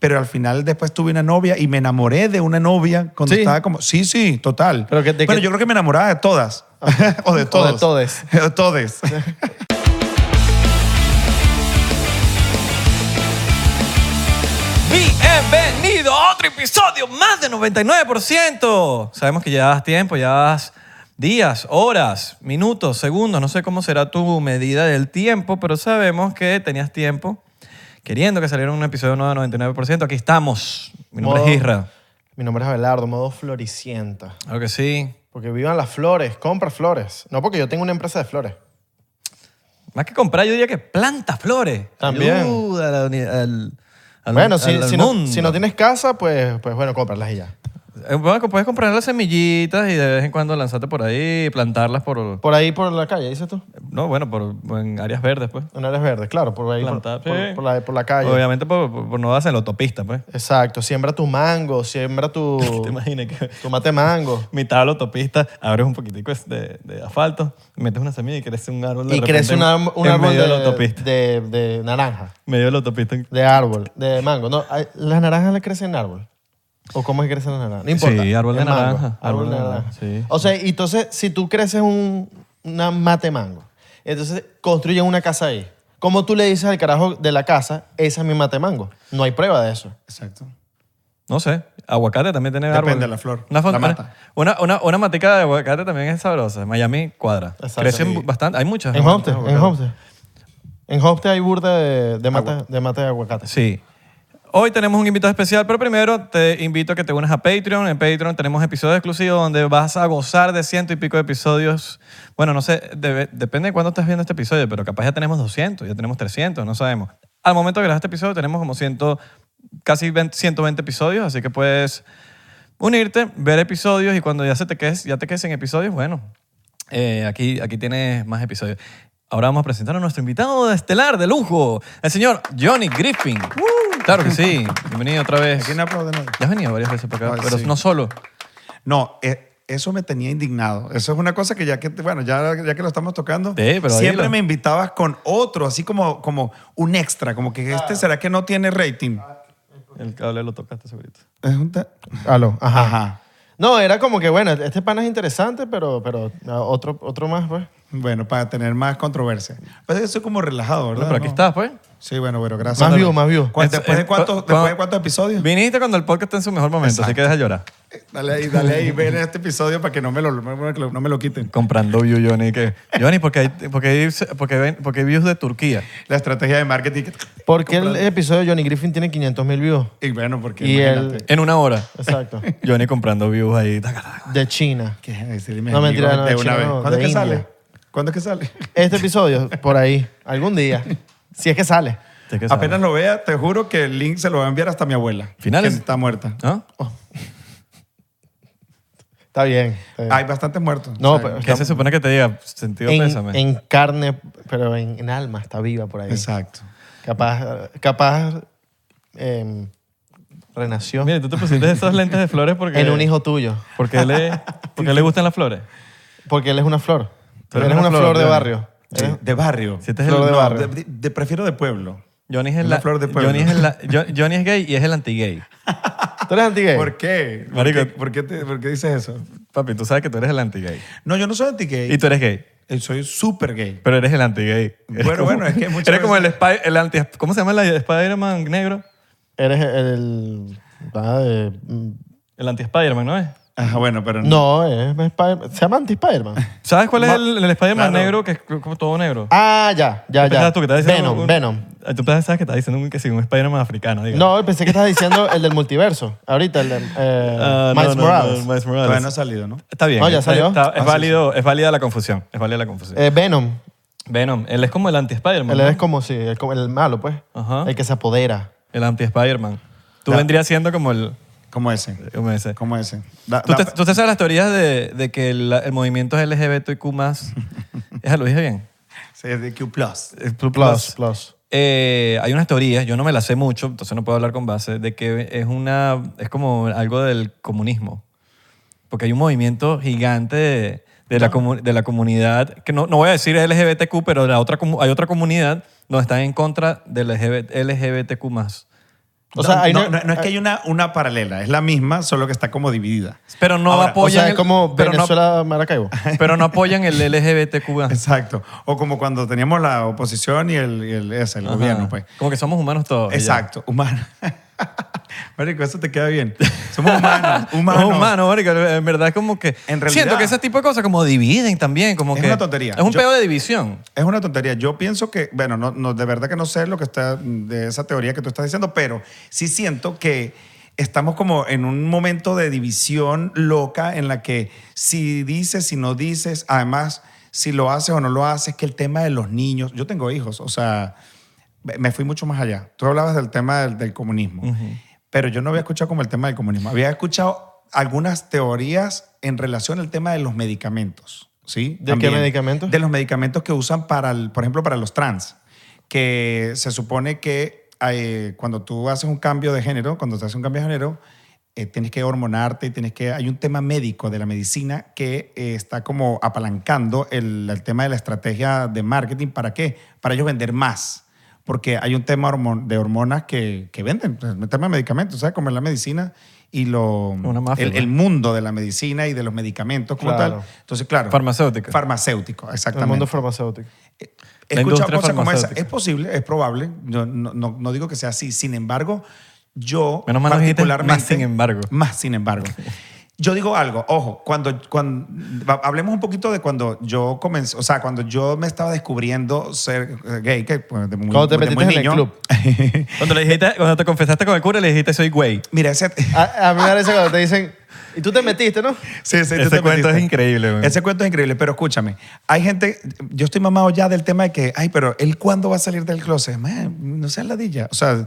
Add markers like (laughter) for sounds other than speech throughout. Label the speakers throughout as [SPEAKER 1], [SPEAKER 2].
[SPEAKER 1] pero al final después tuve una novia y me enamoré de una novia cuando
[SPEAKER 2] Sí.
[SPEAKER 1] estaba como... Sí, sí, total.
[SPEAKER 2] Pero que- de
[SPEAKER 1] bueno,
[SPEAKER 2] que-
[SPEAKER 1] yo creo que me enamoraba de todas. (laughs) o (laughs) de todos.
[SPEAKER 2] todes.
[SPEAKER 1] O
[SPEAKER 2] (laughs)
[SPEAKER 1] todes.
[SPEAKER 2] Bienvenido a otro episodio más de 99%. Sabemos que llevas tiempo, llevas días, horas, minutos, segundos, no sé cómo será tu medida del tiempo, pero sabemos que tenías tiempo queriendo que saliera un episodio nuevo de 99%. Aquí estamos. Mi nombre
[SPEAKER 3] Modo-
[SPEAKER 2] es Isra.
[SPEAKER 3] Mi nombre es Abelardo, modo floricienta.
[SPEAKER 2] Claro que sí.
[SPEAKER 3] Porque vivan las flores, compra flores. No porque yo tengo una empresa de flores.
[SPEAKER 2] Más que comprar, yo diría que planta flores.
[SPEAKER 3] También.
[SPEAKER 2] Ayuda a la uni- al, al-
[SPEAKER 3] bueno, si,
[SPEAKER 2] al
[SPEAKER 3] si no,
[SPEAKER 2] mundo.
[SPEAKER 3] si no tienes casa, pues, pues bueno, cómpralas y ya.
[SPEAKER 2] Eh, bueno, puedes comprar las semillitas y de vez en cuando lanzarte por ahí y plantarlas por...
[SPEAKER 3] Por ahí, por la calle, dices tú.
[SPEAKER 2] No, bueno, por, en áreas verdes, pues.
[SPEAKER 3] En áreas verdes, claro, por ahí, por,
[SPEAKER 2] Plantar,
[SPEAKER 3] por-
[SPEAKER 2] sí.
[SPEAKER 3] por la, por la calle.
[SPEAKER 2] Obviamente por, por- por no darse en la autopista, pues.
[SPEAKER 3] Exacto, siembra tu mango, siembra tu,
[SPEAKER 2] (laughs) Te imaginas que
[SPEAKER 3] tu mate mango.
[SPEAKER 2] mitad de la autopista abres un poquitico de, de asfalto, metes una semilla y crece un árbol de
[SPEAKER 3] Y
[SPEAKER 2] repente
[SPEAKER 3] crece un, ar- un
[SPEAKER 2] en
[SPEAKER 3] árbol
[SPEAKER 2] medio
[SPEAKER 3] de,
[SPEAKER 2] de, la autopista.
[SPEAKER 3] de- de naranja,
[SPEAKER 2] medio de la autopista.
[SPEAKER 3] de árbol, de mango. No, hay- ¿Las naranjas le crecen en árbol? ¿O cómo es que crecen las naranjas? No importa.
[SPEAKER 2] Sí, árbol de
[SPEAKER 3] es mango,
[SPEAKER 2] naranja,
[SPEAKER 3] Árbol, de naranja.
[SPEAKER 2] sí.
[SPEAKER 3] O sea, y entonces, si tú creces un una mate mango, entonces construyen una casa ahí. ¿Cómo tú le dices al carajo de la casa, esa es mi mate mango? No hay prueba de eso.
[SPEAKER 1] Exacto.
[SPEAKER 2] No sé, aguacate también tiene
[SPEAKER 1] Depende
[SPEAKER 2] árbol.
[SPEAKER 1] de la flor,
[SPEAKER 2] Una, fo-
[SPEAKER 1] la
[SPEAKER 2] una-
[SPEAKER 1] mata.
[SPEAKER 2] Una, una, una matica de aguacate también es sabrosa. Miami cuadra.
[SPEAKER 3] Exacto.
[SPEAKER 2] Crecen
[SPEAKER 3] Sí.
[SPEAKER 2] bastante, hay muchas.
[SPEAKER 3] En Homestead, en Homestead. En Homestead hay burda de, de mate, de mate de aguacate.
[SPEAKER 2] Sí. Hoy tenemos un invitado especial, pero primero te invito a que te unas a Patreon. En Patreon tenemos episodios exclusivos donde vas a gozar de ciento y pico de episodios. Bueno, no sé, debe- depende de cuándo estás viendo este episodio, pero capaz ya tenemos 200, ya tenemos 300, no sabemos. Al momento de grabar este episodio tenemos como 100, casi 20 120 episodios, así que puedes unirte, ver episodios y cuando ya se te quedes, ya te quedes en episodios, bueno, eh, aquí, aquí tienes más episodios. Ahora vamos a presentar a nuestro invitado estelar de lujo, el señor Johnny Griffin. Claro que sí, bienvenido otra vez.
[SPEAKER 1] Aquí no aplauden a nadie.
[SPEAKER 2] Ya has venido varias veces para acá,
[SPEAKER 1] Ay,
[SPEAKER 2] pero
[SPEAKER 1] sí.
[SPEAKER 2] no solo.
[SPEAKER 1] No, eh, eso me tenía indignado. Eso es una cosa que ya que, te- bueno, ya, ya que lo estamos tocando,
[SPEAKER 2] Sí, pero
[SPEAKER 1] siempre
[SPEAKER 2] dilo.
[SPEAKER 1] me invitabas con otro, así como, como un extra, como que este será que no tiene rating.
[SPEAKER 3] Ah.
[SPEAKER 2] El cable lo tocaste segurito.
[SPEAKER 1] Es un te-
[SPEAKER 3] Aló, ajá.
[SPEAKER 1] Ajá.
[SPEAKER 3] No, era como que, bueno, este pana es interesante, pero, pero ah, otro, otro más, pues.
[SPEAKER 1] Bueno, para tener más controversia. Pero eso es como relajado, ¿verdad?
[SPEAKER 2] Pero aquí
[SPEAKER 1] ¿No?
[SPEAKER 2] estás, pues.
[SPEAKER 1] Sí, bueno, bueno, gracias.
[SPEAKER 3] Más view, más view.
[SPEAKER 1] ¿Cu- ¿Después de cuántos,
[SPEAKER 2] Cu-
[SPEAKER 1] después de cuántos episodios?
[SPEAKER 2] Viniste cuando el podcast está en su mejor momento, así que deja llorar.
[SPEAKER 1] Dale ahí, dale ahí, ven este episodio para que no me lo, no me lo quiten.
[SPEAKER 2] Comprando views, Johnny. Que, Johnny, porque hay, porque, hay- porque, hay- porque hay views de Turquía.
[SPEAKER 1] La estrategia de marketing.
[SPEAKER 3] ¿Por qué el episodio de Johnny Griffin tiene 500 mil views?
[SPEAKER 1] Y bueno, porque
[SPEAKER 3] Y el-
[SPEAKER 1] imagínate.
[SPEAKER 2] En una hora.
[SPEAKER 3] Exacto.
[SPEAKER 2] Johnny comprando views ahí. taca, taca.
[SPEAKER 3] De China.
[SPEAKER 1] ¿Qué es decir, mis
[SPEAKER 3] No,
[SPEAKER 1] amigos,
[SPEAKER 3] mentira, no,
[SPEAKER 1] de
[SPEAKER 3] de
[SPEAKER 1] una
[SPEAKER 3] China
[SPEAKER 1] vez.
[SPEAKER 3] no,
[SPEAKER 1] ¿Cuándo
[SPEAKER 3] de
[SPEAKER 1] es que
[SPEAKER 3] India.
[SPEAKER 1] sale? ¿Cuándo es que sale?
[SPEAKER 3] Este episodio, por ahí, algún día. Si es que sale.
[SPEAKER 2] Sí que sabe.
[SPEAKER 1] Apenas lo vea, te juro que el link se lo va a enviar hasta mi abuela.
[SPEAKER 2] Finales.
[SPEAKER 1] Que está muerta.
[SPEAKER 2] ¿Ah?
[SPEAKER 3] Está bien. está bien.
[SPEAKER 1] Hay bastantes muertos.
[SPEAKER 3] No,
[SPEAKER 1] O sea,
[SPEAKER 3] pero-
[SPEAKER 2] ¿Qué se supone que te diga? Pues, Sentido
[SPEAKER 3] en,
[SPEAKER 2] pésame.
[SPEAKER 3] en carne, pero en, en alma está viva por ahí.
[SPEAKER 1] Exacto.
[SPEAKER 3] Capaz, capaz em, renació
[SPEAKER 2] Mira, tú te pusiste esos lentes de flores porque...
[SPEAKER 3] en un hijo tuyo.
[SPEAKER 2] Porque le, porque le gustan las flores.
[SPEAKER 3] Porque él es una flor.
[SPEAKER 2] Tú
[SPEAKER 3] eres una flor, de
[SPEAKER 2] Johnny.
[SPEAKER 3] barrio. Eres-
[SPEAKER 1] De barrio.
[SPEAKER 2] Si este es
[SPEAKER 3] Flor
[SPEAKER 2] el,
[SPEAKER 3] de
[SPEAKER 2] no,
[SPEAKER 3] barrio.
[SPEAKER 1] De- de- prefiero de pueblo.
[SPEAKER 2] Johnny es, el
[SPEAKER 1] Una
[SPEAKER 2] la-
[SPEAKER 1] flor de pueblo.
[SPEAKER 2] Johnny, es el la- Jo- Johnny es gay y es el anti-gay.
[SPEAKER 3] Tú eres anti
[SPEAKER 1] ¿Por qué? ¿Por
[SPEAKER 2] Marico.
[SPEAKER 1] qué, por qué te- por qué dices eso?
[SPEAKER 2] Papi, tú sabes que tú eres el anti-gay.
[SPEAKER 1] No, yo no soy
[SPEAKER 2] Y
[SPEAKER 1] anti-gay.
[SPEAKER 2] tú eres gay.
[SPEAKER 1] Eh, Soy súper gay.
[SPEAKER 2] Pero eres el anti-gay. Eres
[SPEAKER 1] Bueno, bueno, es que muchas
[SPEAKER 2] Eres como el,
[SPEAKER 1] veces-
[SPEAKER 2] spy- el anti... ¿Cómo se llama el Spider-Man negro?
[SPEAKER 3] Eres el... ah, eh, mm,
[SPEAKER 2] El anti-Spider-Man, ¿no es?
[SPEAKER 1] Ajá, bueno, pero
[SPEAKER 3] no, es Spider- se
[SPEAKER 2] (laughs)
[SPEAKER 3] llama anti-Spiderman.
[SPEAKER 2] ¿Sabes cuál es el, el Spider-Man
[SPEAKER 1] Claro.
[SPEAKER 2] negro que es como todo negro?
[SPEAKER 3] Ah, ya, ya, ya.
[SPEAKER 2] Pensabas tú que estabas diciendo
[SPEAKER 3] Venom,
[SPEAKER 2] un-
[SPEAKER 3] Venom.
[SPEAKER 2] Ah, Tú pensabas que estás diciendo un, que sí, un Spider-Man africano, diga.
[SPEAKER 3] No, pensé que estabas diciendo el del multiverso. Ahorita, el de eh,
[SPEAKER 2] Ah, no,
[SPEAKER 3] Miles
[SPEAKER 2] no,
[SPEAKER 3] Morales.
[SPEAKER 2] no, Miles Morales.
[SPEAKER 1] todavía no ha salido, ¿no?
[SPEAKER 2] Está bien.
[SPEAKER 3] No, ya
[SPEAKER 2] está-
[SPEAKER 3] salió.
[SPEAKER 2] está-
[SPEAKER 1] Ah,
[SPEAKER 2] es,
[SPEAKER 1] sí,
[SPEAKER 2] válido, es válida la confusión. Es válida la confusión.
[SPEAKER 3] Eh, Venom.
[SPEAKER 2] Venom, él es como el anti-Spider-Man.
[SPEAKER 3] Él
[SPEAKER 2] ¿no?
[SPEAKER 3] es como, sí, el, como el malo, pues.
[SPEAKER 2] Ajá.
[SPEAKER 3] El que se apodera.
[SPEAKER 2] El anti-Spider-Man. Tú
[SPEAKER 1] Ya.
[SPEAKER 2] vendrías siendo como el...
[SPEAKER 1] Como ese.
[SPEAKER 2] como ese.
[SPEAKER 1] Como ese. Da-
[SPEAKER 2] ¿Tú,
[SPEAKER 1] da-
[SPEAKER 2] te, tú te sabes las teorías de, de que el, el movimiento LGBTQ+, ¿Esa lo dije bien?
[SPEAKER 1] Sí, es de Q+.
[SPEAKER 2] Eh, Plus.
[SPEAKER 3] Plus, plus.
[SPEAKER 2] Eh, hay unas teorías, yo no me las sé mucho, entonces no puedo hablar con base, de que es una es como algo del comunismo. Porque hay un movimiento gigante de, de la, comu- de la comunidad, que no, no voy a decir LGBTQ, pero la otra, comu- hay otra comunidad donde están en contra del LGBT, LGBTQ.
[SPEAKER 3] O sea,
[SPEAKER 1] no,
[SPEAKER 3] hay
[SPEAKER 1] no,
[SPEAKER 3] una-
[SPEAKER 1] no- no es que haya una, una paralela, es la misma, solo que está como dividida.
[SPEAKER 2] Pero no
[SPEAKER 1] Ahora, o
[SPEAKER 3] O
[SPEAKER 2] apoyan.
[SPEAKER 3] sea, es
[SPEAKER 2] el-
[SPEAKER 3] como
[SPEAKER 2] pero no-
[SPEAKER 3] Venezuela, Maracaibo.
[SPEAKER 2] (laughs) pero no apoyan el LGBTQ.
[SPEAKER 1] Exacto. O como cuando teníamos la oposición y el, y el, ese, el
[SPEAKER 2] Ajá.
[SPEAKER 1] gobierno, pues.
[SPEAKER 2] Como que somos humanos todos. y ya.
[SPEAKER 1] Exacto, humano. (laughs) Marico, eso te queda bien. Somos humanos, humanos.
[SPEAKER 2] No, humano, marico. En verdad es como que.
[SPEAKER 1] En realidad-
[SPEAKER 2] siento que ese tipo de cosas como dividen también. Como
[SPEAKER 1] Es
[SPEAKER 2] que,
[SPEAKER 1] una tontería.
[SPEAKER 2] Es un
[SPEAKER 1] Yo-
[SPEAKER 2] pedo de división.
[SPEAKER 1] Es una tontería. Yo pienso que, bueno, no, no, de verdad que no sé lo que está de esa teoría que tú estás diciendo, pero sí siento que estamos como en un momento de división loca en la que si dices, si no dices, además, si lo haces o no lo haces, que el tema de los niños, yo tengo hijos, o sea, me fui mucho más allá. Tú hablabas del tema del, del comunismo, pero yo no había escuchado como el tema del comunismo. Había escuchado algunas teorías en relación al tema de los medicamentos. ¿Sí?
[SPEAKER 3] ¿De qué medicamentos?
[SPEAKER 1] De los medicamentos que usan para, el- por ejemplo, para los trans, que se supone que eh, cuando tú haces un cambio de género, cuando te haces un cambio de género, eh, tienes que hormonarte y tienes que... Hay un tema médico de la medicina que eh, está como apalancando el, el tema de la estrategia de marketing. ¿Para qué? Para ellos vender más. Porque hay un tema hormon- de hormonas que, que venden, pues, el tema de medicamentos, ¿sabes? Como es la medicina y lo,
[SPEAKER 2] Una mafia,
[SPEAKER 1] el,
[SPEAKER 2] ¿no?
[SPEAKER 1] el mundo de la medicina y de los medicamentos como
[SPEAKER 3] Claro.
[SPEAKER 1] tal. Entonces, claro.
[SPEAKER 2] Farmacéutica.
[SPEAKER 1] Farmacéutico,
[SPEAKER 3] El mundo
[SPEAKER 1] exactamente.
[SPEAKER 3] farmacéutico.
[SPEAKER 1] He
[SPEAKER 2] La
[SPEAKER 1] escuchado
[SPEAKER 2] industria
[SPEAKER 1] cosas como esa.
[SPEAKER 2] farmacéutica.
[SPEAKER 1] Es posible, es probable. Yo no, no- no digo que sea así. Sin embargo, yo
[SPEAKER 2] Menos mal no dijiste más sin embargo.
[SPEAKER 1] Más sin embargo. Yo digo algo, ojo, cuando, cuando va- hablemos un poquito de cuando yo comencé, o sea, cuando yo me estaba descubriendo ser eh, gay, que pues, de muy,
[SPEAKER 3] Cuando te
[SPEAKER 1] de muy
[SPEAKER 3] metiste en el
[SPEAKER 1] niño.
[SPEAKER 3] club.
[SPEAKER 2] Cuando, le dijiste, cuando te confesaste con el cura, le dijiste soy güey.
[SPEAKER 1] (laughs) Mira,
[SPEAKER 2] (laughs)
[SPEAKER 1] ese,
[SPEAKER 2] Ah,
[SPEAKER 3] A, a mí me parece cuando te dicen, y tú te metiste, ¿no?
[SPEAKER 1] Sí, sí, tú te
[SPEAKER 2] Ese cuento
[SPEAKER 1] metiste.
[SPEAKER 2] es increíble, güey.
[SPEAKER 1] Ese cuento es increíble, pero escúchame. Hay gente, yo estoy mamado ya del tema de que, ay, pero él cuándo va a salir del closet. Man, no seas ladilla. O sea,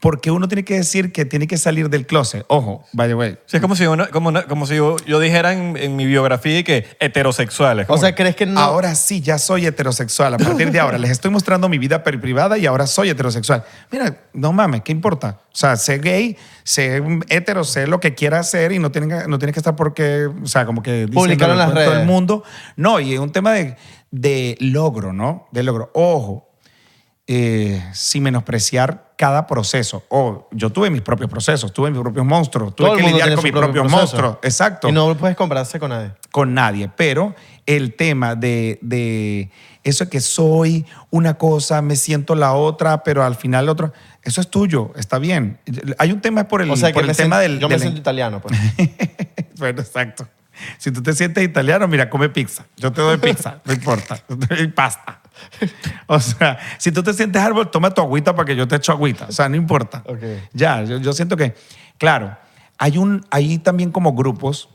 [SPEAKER 1] porque uno tiene que decir que tiene que salir del closet. Ojo, by the way.
[SPEAKER 2] Sí, es como si, uno- como, una- como si yo, yo dijera en, en mi biografía que heterosexual. Es
[SPEAKER 3] O
[SPEAKER 2] como-
[SPEAKER 3] sea, ¿crees que no?
[SPEAKER 1] Ahora sí, ya soy heterosexual. A partir de ahora les estoy mostrando mi vida per- privada y ahora soy heterosexual. Mira, no mames, ¿qué importa? O sea, sé gay, sé hetero, sé lo que quiera hacer y no tienes que, no tienes que estar porque, o sea, como que diciéndole
[SPEAKER 3] Publicarlo en las
[SPEAKER 1] con todo el
[SPEAKER 3] redes.
[SPEAKER 1] mundo. No, y es un tema de, de logro, ¿no? De logro. Ojo, eh, sin menospreciar cada proceso. O yo tuve mis propios procesos, tuve mis propios monstruos, tuve
[SPEAKER 3] Todo el
[SPEAKER 1] que
[SPEAKER 3] mundo
[SPEAKER 1] lidiar
[SPEAKER 3] tiene
[SPEAKER 1] con
[SPEAKER 3] su
[SPEAKER 1] mis
[SPEAKER 3] propio
[SPEAKER 1] propios
[SPEAKER 3] proceso.
[SPEAKER 1] monstruos. Exacto
[SPEAKER 3] Y no puedes compararse con nadie.
[SPEAKER 1] con nadie, pero el tema de, de eso que soy una cosa, me siento la otra, pero al final la otra, eso es tuyo, está bien. Hay un tema por el,
[SPEAKER 3] O sea, que
[SPEAKER 1] por
[SPEAKER 3] me
[SPEAKER 1] el tema
[SPEAKER 3] siento-
[SPEAKER 1] del...
[SPEAKER 3] yo me
[SPEAKER 1] del-
[SPEAKER 3] siento italiano, pues.
[SPEAKER 1] (laughs) bueno, exacto. Si tú te sientes italiano, mira, come pizza. Yo te doy pizza, no importa. Y pasta. O sea, si tú te sientes árbol, toma tu agüita para que yo te echo agüita. O sea, no importa.
[SPEAKER 3] Ok.
[SPEAKER 1] Ya, yo, yo siento que, claro, hay, un, hay también como grupos,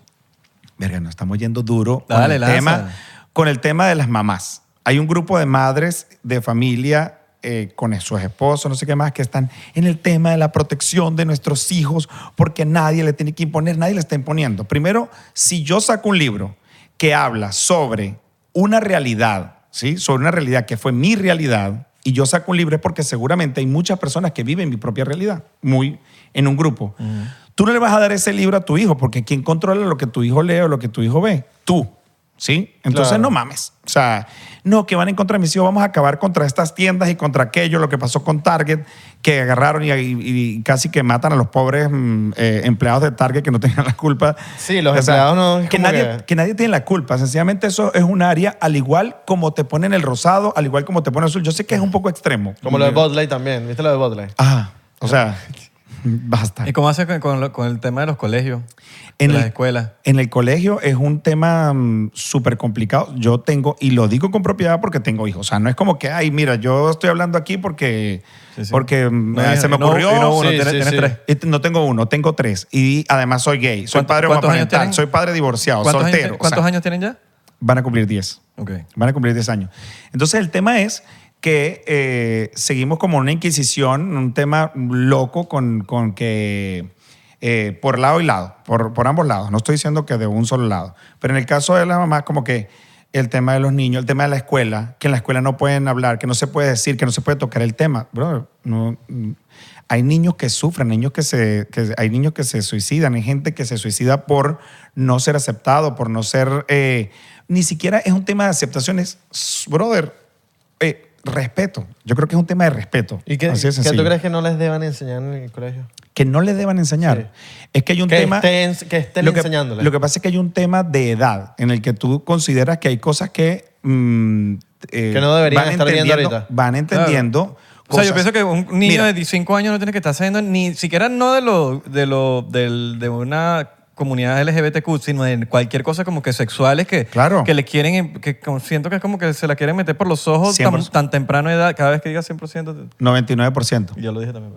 [SPEAKER 1] verga, nos estamos yendo duro con,
[SPEAKER 2] Dale,
[SPEAKER 1] el
[SPEAKER 2] lanza.
[SPEAKER 1] tema, con el tema de las mamás. Hay un grupo de madres de familia eh, con sus esposos, no sé qué más, que están en el tema de la protección de nuestros hijos porque nadie le tiene que imponer, nadie le está imponiendo. Primero, si yo saco un libro que habla sobre una realidad, ¿sí? Sobre una realidad que fue mi realidad y yo saco un libro es porque seguramente hay muchas personas que viven mi propia realidad, muy en un grupo. Tú no le vas a dar ese libro a tu hijo porque ¿quién controla lo que tu hijo lee o lo que tu hijo ve? Tú, ¿sí? Entonces
[SPEAKER 3] Claro.
[SPEAKER 1] no mames. O sea, no, que van en contra de mis hijos, vamos a acabar contra estas tiendas y contra aquello, lo que pasó con Target, que agarraron y, y- y casi que matan a los pobres mm, eh, empleados de Target que no tenían (laughs) la culpa.
[SPEAKER 3] Sí, los empleados no- es
[SPEAKER 1] Que
[SPEAKER 3] como
[SPEAKER 1] nadie,
[SPEAKER 3] que-
[SPEAKER 1] que nadie tiene la culpa. Sencillamente eso es un área, al igual como te ponen el rosado, al igual como te ponen el azul. Yo sé que es un poco extremo.
[SPEAKER 3] Como lo de Botley también. ¿Viste lo de Botley?
[SPEAKER 1] Ajá. O
[SPEAKER 3] (laughs)
[SPEAKER 1] sea, basta.
[SPEAKER 2] ¿Y cómo haces con, con lo- con el tema de los colegios?
[SPEAKER 1] En
[SPEAKER 2] de las
[SPEAKER 1] el-
[SPEAKER 2] escuelas.
[SPEAKER 1] En el colegio es un tema mm, súper complicado. Yo tengo, y lo digo con propiedad porque tengo hijos. O sea, no es como que, ay, mira, yo estoy hablando aquí porque,
[SPEAKER 2] Sí, sí.
[SPEAKER 1] porque mm,
[SPEAKER 2] No,
[SPEAKER 1] eh,
[SPEAKER 2] y-
[SPEAKER 1] se me
[SPEAKER 2] y no-
[SPEAKER 1] ocurrió.
[SPEAKER 2] y no uno,
[SPEAKER 3] Sí,
[SPEAKER 2] tienes-
[SPEAKER 3] sí,
[SPEAKER 2] tienes
[SPEAKER 3] sí.
[SPEAKER 2] tres.
[SPEAKER 1] Y No tengo uno, tengo tres. Y además soy gay, soy
[SPEAKER 2] ¿Cuánto-
[SPEAKER 1] padre
[SPEAKER 2] cuántos años
[SPEAKER 1] homoparental,
[SPEAKER 2] tienen?
[SPEAKER 1] soy padre divorciado,
[SPEAKER 2] ¿Cuántos, años,
[SPEAKER 1] soltero.
[SPEAKER 2] tienen- cuántos
[SPEAKER 1] o sea,
[SPEAKER 2] años tienen ya?
[SPEAKER 1] Van a cumplir 10.
[SPEAKER 2] Ok.
[SPEAKER 1] Van a cumplir 10 años. Entonces, el tema es que eh, seguimos como una inquisición, un tema loco con, con que eh, por lado y lado, por, por ambos lados. No estoy diciendo que de un solo lado. Pero en el caso de las mamás, como que el tema de los niños, el tema de la escuela, que en la escuela no pueden hablar, que no se puede decir, que no se puede tocar el tema. Brother, no, mm, hay niños que sufren, niños que se, que- hay niños que se suicidan, hay gente que se suicida por no ser aceptado, por no ser... eh, ni siquiera es un tema de aceptación, es, "Shh, brother, eh, respeto. Yo creo que es un tema de respeto.
[SPEAKER 3] ¿Y qué,
[SPEAKER 1] Así de
[SPEAKER 3] qué tú
[SPEAKER 1] sencillo.
[SPEAKER 3] crees que no les deban enseñar en el colegio?
[SPEAKER 1] Que no les deban enseñar. Es que hay un
[SPEAKER 3] que,
[SPEAKER 1] tema...
[SPEAKER 3] estén, que estén
[SPEAKER 1] lo que,
[SPEAKER 3] enseñándoles.
[SPEAKER 1] lo que pasa es que hay un tema de edad en el que tú consideras que hay cosas que... mm, eh,
[SPEAKER 3] Que no deberían
[SPEAKER 1] van
[SPEAKER 3] estar viendo
[SPEAKER 1] entendiendo-
[SPEAKER 3] ahorita.
[SPEAKER 1] Van entendiendo
[SPEAKER 2] O sea, yo
[SPEAKER 1] cosas.
[SPEAKER 2] pienso que un niño
[SPEAKER 1] Mira,
[SPEAKER 2] de 15 años no tiene que estar saliendo ni siquiera no de lo de lo del- de una comunidad LGBTQ, sino de cualquier cosa como que sexuales que,
[SPEAKER 1] Claro.
[SPEAKER 2] que le quieren, em, que como- siento que es como que se la quieren meter por los ojos tan,
[SPEAKER 1] 100%.
[SPEAKER 2] tan temprano edad, cada vez que diga 100%, te-
[SPEAKER 1] 99%.
[SPEAKER 2] ya lo dije también.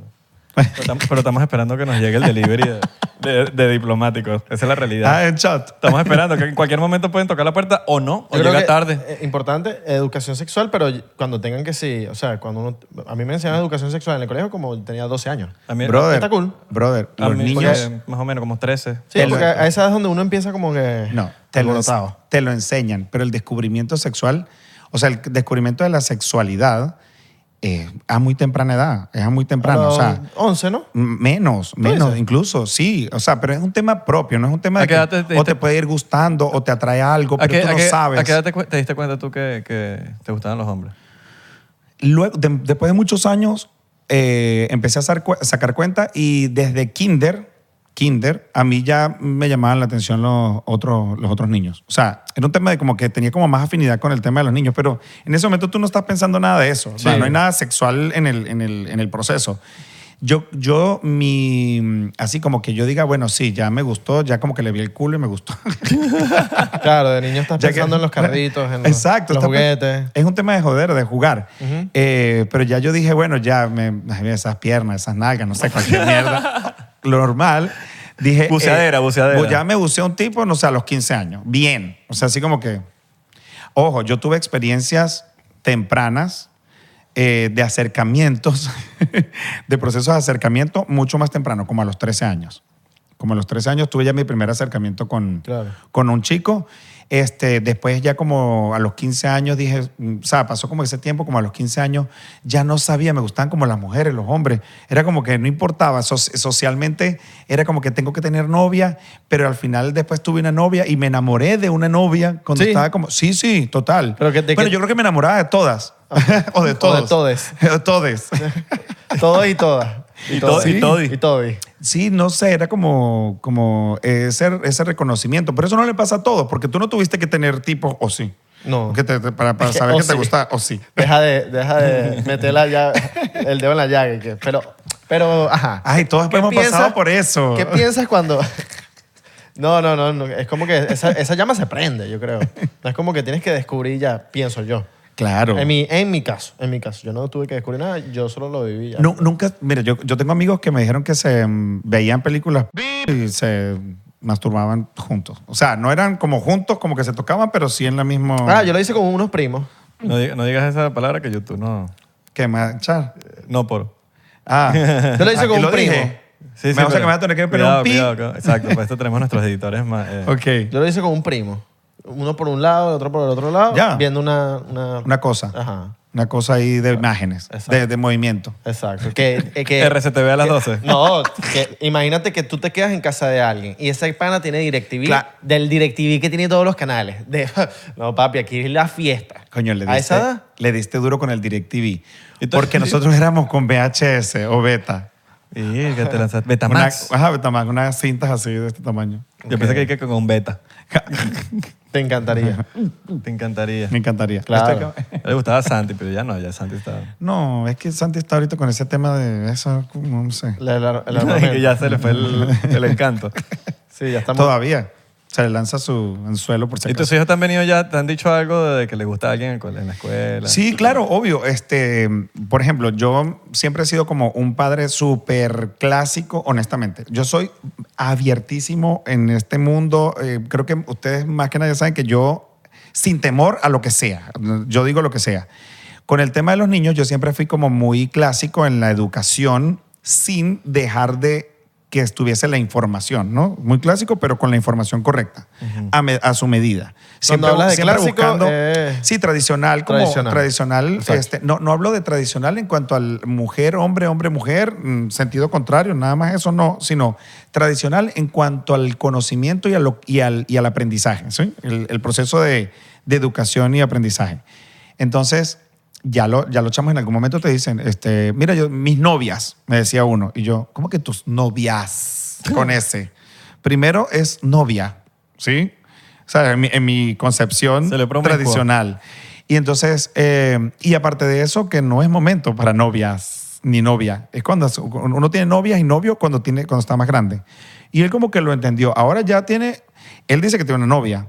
[SPEAKER 2] Pero, pero estamos- pero estamos esperando que nos llegue el delivery de, de- de diplomáticos, esa es la realidad.
[SPEAKER 1] Ah, en chat.
[SPEAKER 2] Estamos esperando que en cualquier momento pueden tocar la puerta o no, o
[SPEAKER 3] Yo creo
[SPEAKER 2] llega
[SPEAKER 3] que,
[SPEAKER 2] tarde.
[SPEAKER 3] eh, importante, educación sexual, pero cuando tengan que sí. O sea, cuando uno. A mí me enseñaron educación sexual en el colegio como tenía 12 años.
[SPEAKER 2] A mí-
[SPEAKER 1] Brother,
[SPEAKER 3] está cool.
[SPEAKER 1] brother,
[SPEAKER 2] a
[SPEAKER 1] los
[SPEAKER 2] mí,
[SPEAKER 1] niños...
[SPEAKER 2] porque más o menos como 13.
[SPEAKER 3] Sí,
[SPEAKER 1] Te lo-
[SPEAKER 3] porque a esa edad es donde uno empieza como que.
[SPEAKER 1] No, te lo,
[SPEAKER 3] alborotado.
[SPEAKER 1] te lo enseñan, pero el descubrimiento sexual, o sea, el descubrimiento de la sexualidad eh, a muy temprana edad, es a muy
[SPEAKER 3] A
[SPEAKER 1] temprano, o
[SPEAKER 3] los
[SPEAKER 1] sea,
[SPEAKER 3] 11,
[SPEAKER 1] (laughs)
[SPEAKER 3] ¿no?
[SPEAKER 1] m- menos, menos incluso, sí, o sea, pero es un tema propio, no es un tema
[SPEAKER 2] ¿A
[SPEAKER 1] de
[SPEAKER 2] qué
[SPEAKER 1] que
[SPEAKER 2] edad te- te
[SPEAKER 1] o te
[SPEAKER 2] diste-
[SPEAKER 1] puede ir gustando o te atrae algo,
[SPEAKER 2] ¿A
[SPEAKER 1] pero
[SPEAKER 2] qué,
[SPEAKER 1] tú
[SPEAKER 2] a
[SPEAKER 1] no
[SPEAKER 2] qué-
[SPEAKER 1] sabes.
[SPEAKER 2] a qué edad te, cu- te diste cuenta tú que, que te gustaban los hombres?
[SPEAKER 1] Luego, de- después de muchos años, eh, empecé a sar- cu- sacar cuenta y desde kinder, kinder, a mí ya me llamaban la atención los otros, los otros niños. O sea, era un tema de como que tenía como más afinidad con el tema de los niños, pero en ese momento tú no estás pensando nada de eso. O sea,
[SPEAKER 3] Sí.
[SPEAKER 1] no hay nada sexual en el, en el, en el proceso. Yo, yo, mi, así como que yo diga, bueno, sí, ya me gustó, ya como que le vi el culo y me gustó. (laughs)
[SPEAKER 3] Claro, de niño estás
[SPEAKER 1] Ya que- (laughs)
[SPEAKER 3] pensando en los carritos, en los,
[SPEAKER 1] Exacto,
[SPEAKER 3] los
[SPEAKER 1] está-
[SPEAKER 3] juguetes.
[SPEAKER 1] Es un tema de joder, de jugar. Eh, pero ya yo dije, bueno, ya me, ay, mira, esas piernas, esas nalgas, no sé, cualquier
[SPEAKER 3] (laughs)
[SPEAKER 1] mierda. Lo normal. Dije. eh,
[SPEAKER 2] Buceadera, buceadera.
[SPEAKER 1] bu- Ya me buceé un tipo, no sé, a los 15 años. Bien. O sea, así como que. Ojo, yo tuve experiencias tempranas eh, de acercamientos, (laughs) de procesos de acercamiento mucho más temprano, como a los 13 años. Como a los 13 años tuve ya mi primer acercamiento con,
[SPEAKER 3] Claro.
[SPEAKER 1] con un chico. Este, después ya como a los 15 años dije, mm, o sea, pasó como ese tiempo, como a los 15 años, ya no sabía, me gustaban como las mujeres, los hombres. Era como que no importaba, so- socialmente era como que tengo que tener novia, pero al final después tuve una novia y me enamoré de una novia cuando
[SPEAKER 3] Sí.
[SPEAKER 1] estaba como, sí, sí, total.
[SPEAKER 3] Pero que- de
[SPEAKER 1] bueno,
[SPEAKER 3] que-
[SPEAKER 1] yo creo que me enamoraba de todas. (laughs) o (laughs) de todos.
[SPEAKER 3] todes.
[SPEAKER 1] O todes.
[SPEAKER 3] Todo
[SPEAKER 1] (laughs)
[SPEAKER 3] y todas.
[SPEAKER 2] Y
[SPEAKER 3] todo
[SPEAKER 2] to- y todi.
[SPEAKER 3] Y todi.
[SPEAKER 1] Sí, no sé, era como, como ese, ese reconocimiento. Pero eso no le pasa a todos, porque tú no tuviste que tener tipos o sí.
[SPEAKER 3] No.
[SPEAKER 1] Que te- te- para, para
[SPEAKER 3] Es que
[SPEAKER 1] saber
[SPEAKER 3] (laughs) o
[SPEAKER 1] que te
[SPEAKER 3] sí.
[SPEAKER 1] gusta o sí.
[SPEAKER 3] Deja de, deja de meter la llaga- el dedo en la llaga. que- pero, pero, ajá.
[SPEAKER 1] Ay, todos
[SPEAKER 3] ¿Qué
[SPEAKER 1] hemos
[SPEAKER 3] piensas-
[SPEAKER 1] pasado por eso. (laughs)
[SPEAKER 3] ¿Qué piensas cuando.? (laughs) No, no, no, no, Es como que esa, esa llama se prende, yo creo. No es como que tienes que descubrir ya, pienso yo.
[SPEAKER 1] Claro.
[SPEAKER 3] En mi, en mi caso, en mi caso. Yo no tuve que descubrir nada, yo solo lo viví ya.
[SPEAKER 1] Nu- nunca, mira, yo, yo tengo amigos que me dijeron que se mm, veían películas y se masturbaban juntos. O sea, no eran como juntos, como que se tocaban, pero sí en la misma...
[SPEAKER 3] Ah, yo lo hice con unos primos.
[SPEAKER 2] No, diga- no digas esa palabra que YouTube no.
[SPEAKER 1] Que manchar.
[SPEAKER 2] No por.
[SPEAKER 1] Ah.
[SPEAKER 3] (laughs) Yo lo hice
[SPEAKER 1] Aquí
[SPEAKER 3] con un primo.
[SPEAKER 1] dije. Me vas a
[SPEAKER 2] pero-
[SPEAKER 1] que me vas a tener que poner
[SPEAKER 2] cuidado,
[SPEAKER 1] un pi.
[SPEAKER 2] cuidado, cuidado. Exacto, para esto tenemos nuestros editores más. eh.
[SPEAKER 1] Ok.
[SPEAKER 3] Yo lo hice con un primo. Uno por un lado, el otro por el otro lado.
[SPEAKER 1] Ya.
[SPEAKER 3] Viendo una. Una,
[SPEAKER 1] Una cosa.
[SPEAKER 3] Ajá.
[SPEAKER 1] Una cosa ahí de imágenes,
[SPEAKER 3] Exacto.
[SPEAKER 1] de, de movimiento.
[SPEAKER 3] Exacto. Que,
[SPEAKER 1] (laughs)
[SPEAKER 3] eh, que,
[SPEAKER 2] RCTV a las 12.
[SPEAKER 3] (laughs) No, que imagínate que tú te quedas en casa de alguien y ese pana tiene DirecTV,
[SPEAKER 1] Claro.
[SPEAKER 3] del DirecTV que tiene todos los canales. De, (laughs) no, papi, aquí es la fiesta.
[SPEAKER 1] Coño, le
[SPEAKER 3] ¿A esa
[SPEAKER 1] diste,
[SPEAKER 3] edad?
[SPEAKER 1] le diste duro con el DirecTV.
[SPEAKER 2] Y tú-
[SPEAKER 1] Porque nosotros éramos con VHS o Beta.
[SPEAKER 2] Y que te lanzaste. Betamax.
[SPEAKER 1] Una, ajá, Betamax, unas cintas así de este tamaño. (laughs)
[SPEAKER 2] Yo pensé que hay que con beta.
[SPEAKER 1] (laughs)
[SPEAKER 3] Te encantaría.
[SPEAKER 2] Te encantaría.
[SPEAKER 1] Me encantaría.
[SPEAKER 3] Claro.
[SPEAKER 1] Estoy-
[SPEAKER 2] Le gustaba Santi, pero ya no, ya Santi está.
[SPEAKER 1] No, es que Santi está ahorita con ese tema de eso, no sé.
[SPEAKER 3] La- la- la-
[SPEAKER 2] (laughs) que ya se le fue el,
[SPEAKER 1] (laughs)
[SPEAKER 2] el encanto.
[SPEAKER 3] Sí, ya estamos.
[SPEAKER 1] Todavía. Se le lanza su anzuelo por si
[SPEAKER 2] ¿Y
[SPEAKER 1] acaso.
[SPEAKER 2] tus hijos te han venido ya, te han dicho algo de que le gusta a alguien en el cole- en la escuela?
[SPEAKER 1] Sí, claro, obvio. Este, por ejemplo, yo siempre he sido como un padre súper clásico, honestamente. Yo soy abiertísimo en este mundo. Eh, creo que ustedes más que nadie saben que yo, sin temor a lo que sea, yo digo lo que sea. Con el tema de los niños, yo siempre fui como muy clásico en la educación sin dejar de que estuviese la información, ¿no? Muy clásico, pero con la información correcta, a, me- a su medida. Siempre,
[SPEAKER 3] hablas de
[SPEAKER 1] siempre
[SPEAKER 3] clásico,
[SPEAKER 1] buscando...
[SPEAKER 3] eh,
[SPEAKER 1] Sí, tradicional, como
[SPEAKER 3] Tradicional.
[SPEAKER 1] tradicional.
[SPEAKER 3] Exacto.
[SPEAKER 1] este, no, no hablo de tradicional en cuanto al mujer, hombre, hombre, mujer, mm, sentido contrario, nada más eso no, sino tradicional en cuanto al conocimiento y, a lo- y al, y al aprendizaje, ¿sí? el, el proceso de, de educación y aprendizaje. Entonces, ya lo, ya lo chamos en algún momento te dicen, este, mira, yo, mis novias, me decía uno. Y yo, ¿cómo que tus
[SPEAKER 3] (laughs)
[SPEAKER 1] novias? Con ese. Primero es novia, ¿sí? O sea, en mi, en mi concepción
[SPEAKER 2] Se le promiscua.
[SPEAKER 1] tradicional. Y entonces, eh, y aparte de eso, que no es momento para novias ni novia. Es cuando su- uno tiene novias y novio cuando, tiene, cuando está más grande. Y él como que lo entendió. Ahora ya tiene, él dice que tiene una novia,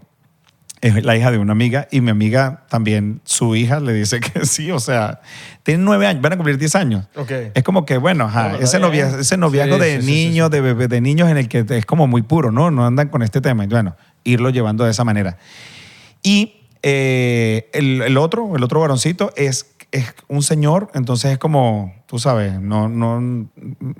[SPEAKER 1] es la hija de una amiga y mi amiga también, su hija le dice (laughs) que sí, o sea, tiene nueve años, van a cumplir diez años.
[SPEAKER 3] Ok.
[SPEAKER 1] Es como que, bueno, ajá,
[SPEAKER 3] Bueno,
[SPEAKER 1] ese,
[SPEAKER 3] está bien.
[SPEAKER 1] novia- ese noviazgo
[SPEAKER 3] Sí,
[SPEAKER 1] de
[SPEAKER 3] sí, sí, sí,
[SPEAKER 1] niños, de bebé, de niños en el que es como muy puro, ¿no? No andan con este tema. Y bueno, irlo llevando de esa manera. Y eh, el, el otro, el otro varoncito es, es un señor, entonces es como, tú sabes, no, no,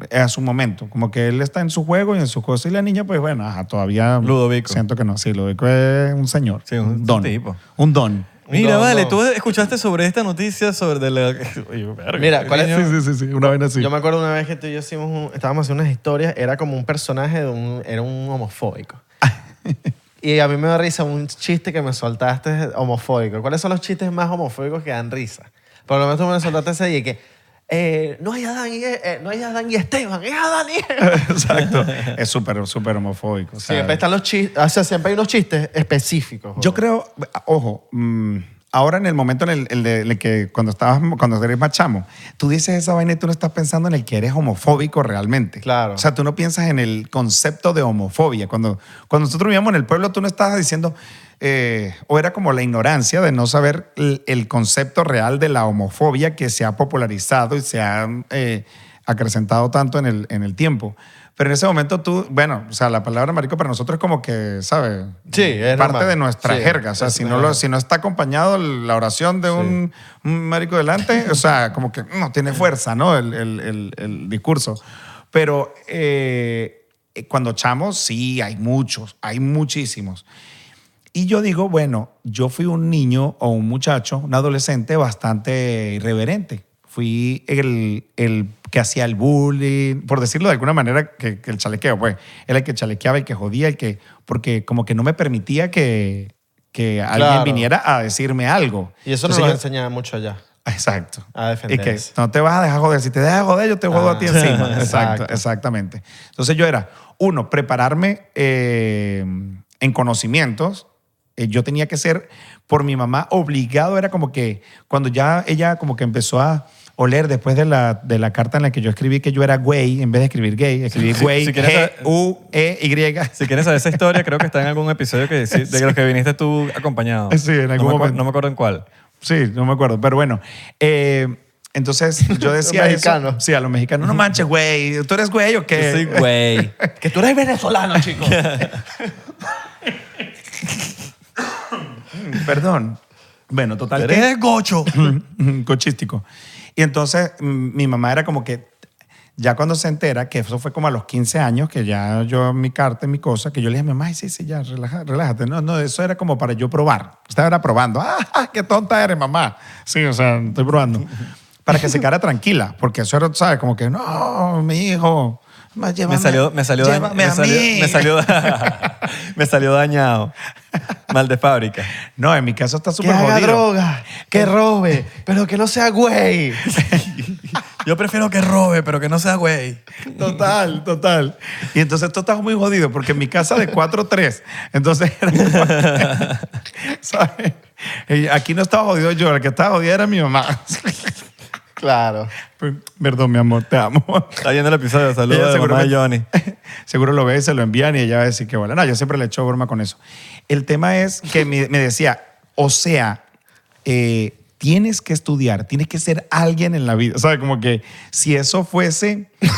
[SPEAKER 1] es a su momento. Como que él está en su juego y en sus cosas y la niña, pues bueno, ajá, todavía...
[SPEAKER 2] Ludovico.
[SPEAKER 1] Siento que no, sí, Ludovico es un señor.
[SPEAKER 2] Sí, un
[SPEAKER 1] don.
[SPEAKER 2] tipo.
[SPEAKER 1] Un don.
[SPEAKER 2] Mira,
[SPEAKER 3] No,
[SPEAKER 2] vale,
[SPEAKER 3] no.
[SPEAKER 2] tú escuchaste sobre esta noticia sobre de la... (laughs) Oye, verga,
[SPEAKER 3] Mira, ¿cuál es-
[SPEAKER 2] niño.
[SPEAKER 1] sí, sí, sí, una vaina así.
[SPEAKER 3] Yo (laughs) me acuerdo una vez que tú y yo hicimos un- estábamos haciendo unas historias, era como un personaje de un, era
[SPEAKER 1] (laughs)
[SPEAKER 3] un homofóbico. y a mí me da risa un chiste que me soltaste homofóbico. ¿Cuáles son los chistes más homofóbicos que dan risa? Por lo menos tú me soltaste ese y que eh, no hay Adán y, eh, no hay Adán y Esteban, es Adán y
[SPEAKER 1] (laughs)
[SPEAKER 3] Eva.
[SPEAKER 1] Exacto. Es súper, súper homofóbico. o sea,
[SPEAKER 3] Siempre están los chistes, o sea, siempre hay unos chistes específicos.
[SPEAKER 1] Yo creo, ojo, mm, ahora en el momento en el, el de- en el que cuando estabas, cuando eres más chamo, tú dices esa vaina y tú no estás pensando en el que eres homofóbico realmente.
[SPEAKER 3] Claro.
[SPEAKER 1] O sea, tú no piensas en el concepto de homofobia. Cuando, cuando nosotros vivíamos en el pueblo, tú no estabas diciendo, eh, o era como la ignorancia de no saber el, el concepto real de la homofobia que se ha popularizado y se ha eh, acrecentado tanto en el, en el tiempo. Pero en ese momento tú, bueno, o sea, la palabra marico para nosotros es como que, ¿sabes?
[SPEAKER 3] Sí, es
[SPEAKER 1] parte
[SPEAKER 3] normal.
[SPEAKER 1] de nuestra
[SPEAKER 3] Sí,
[SPEAKER 1] jerga. O sea,
[SPEAKER 3] es
[SPEAKER 1] si no, lo,
[SPEAKER 3] normal.
[SPEAKER 1] si no está acompañado la oración de un, un marico delante, o sea, como que no tiene fuerza, ¿no? El, el- el- el discurso. Pero eh, cuando chamos, sí, hay muchos, hay muchísimos. Y yo digo, bueno, yo fui un niño o un muchacho, un adolescente bastante irreverente. Fui el, el que hacía el bullying, por decirlo de alguna manera, que, que el chalequeo, pues. Era el que chalequeaba, el que jodía, el que. Porque como que no me permitía que, que alguien
[SPEAKER 3] Claro.
[SPEAKER 1] viniera a decirme algo.
[SPEAKER 3] Y eso nos
[SPEAKER 1] Entonces
[SPEAKER 3] lo
[SPEAKER 1] yo-
[SPEAKER 3] enseñaba mucho allá.
[SPEAKER 1] (laughs) Exacto.
[SPEAKER 3] A defenderse.
[SPEAKER 1] Y que no te vas a dejar joder. Si te dejas joder, yo te jodo a ti
[SPEAKER 3] Ah,
[SPEAKER 1] encima. Exacto,
[SPEAKER 3] exacto.
[SPEAKER 1] exactamente. Entonces yo era, uno, prepararme eh, en conocimientos. Eh, yo tenía que ser, por mi mamá, obligado. Era como que cuando ya ella como que empezó a oler después de la, de la carta en la que yo escribí que yo era güey, en vez de escribir gay, escribí
[SPEAKER 2] si-
[SPEAKER 1] güey, E,
[SPEAKER 2] si quieres saber-
[SPEAKER 1] G-U-E-Y.
[SPEAKER 2] Si quieres saber esa historia, creo que está en algún episodio que, sí- de los que viniste tú acompañado.
[SPEAKER 1] Sí, en algún
[SPEAKER 2] No me acuer-
[SPEAKER 1] momento.
[SPEAKER 2] No me acuerdo en cuál.
[SPEAKER 1] Sí, no me acuerdo, pero bueno. eh, entonces yo
[SPEAKER 2] (laughs)
[SPEAKER 1] decía
[SPEAKER 3] mexicano.
[SPEAKER 1] eso. Sí, a los mexicanos. No manches, güey. ¿Tú eres güey o qué?
[SPEAKER 2] Yo soy güey.
[SPEAKER 3] Que tú eres venezolano, chico.
[SPEAKER 1] Perdón. Bueno, total. que-
[SPEAKER 2] Eres gocho.
[SPEAKER 1] (clears throat) cochístico. Y entonces mm, mi mamá era como que, ya cuando se entera, que eso fue como a los 15 años, que ya yo mi carta, mi cosa, que yo le dije, mamá, ay, sí, sí, ya, relaja- relájate. No, no, eso era como para yo probar. Estaba era probando. Ah, ah, qué tonta eres, mamá. Sí, o sea, estoy
[SPEAKER 2] (laughs)
[SPEAKER 1] probando. Para que se quedara tranquila, porque eso era, ¿sabes? Como que, no, mi hijo. ma,
[SPEAKER 2] Me
[SPEAKER 1] llévame-
[SPEAKER 2] salió, me salió, dañ-
[SPEAKER 1] llévame
[SPEAKER 2] me
[SPEAKER 1] a
[SPEAKER 2] salió,
[SPEAKER 1] mí.
[SPEAKER 2] me salió, (laughs) me salió dañado. Mal de fábrica.
[SPEAKER 1] (laughs) No, en mi caso está
[SPEAKER 3] que
[SPEAKER 1] súper
[SPEAKER 3] haga
[SPEAKER 1] jodido.
[SPEAKER 3] droga, que robe, pero que no sea güey.
[SPEAKER 2] Yo prefiero que robe, pero que no sea güey.
[SPEAKER 1] Total, total. Y entonces tú estás muy jodido porque en mi casa de 4-3, entonces era (laughs) como- ¿sabes? Y Aquí no estaba jodido yo, la que estaba jodida era mi mamá.
[SPEAKER 3] (laughs)
[SPEAKER 1] (laughs)
[SPEAKER 3] Claro.
[SPEAKER 1] Perdón, mi amor, te amo.
[SPEAKER 2] Está viendo el episodio. Saludos
[SPEAKER 1] Ella
[SPEAKER 2] a la mamá de Johnny.
[SPEAKER 1] (laughs) seguro lo ve y se lo envían y ella va a decir que bueno. No, yo siempre le echo broma con eso. El tema es que me, me decía, o sea, eh, tienes que estudiar, tienes que ser alguien en la vida. O sea, como que si eso fuese, (laughs) eh,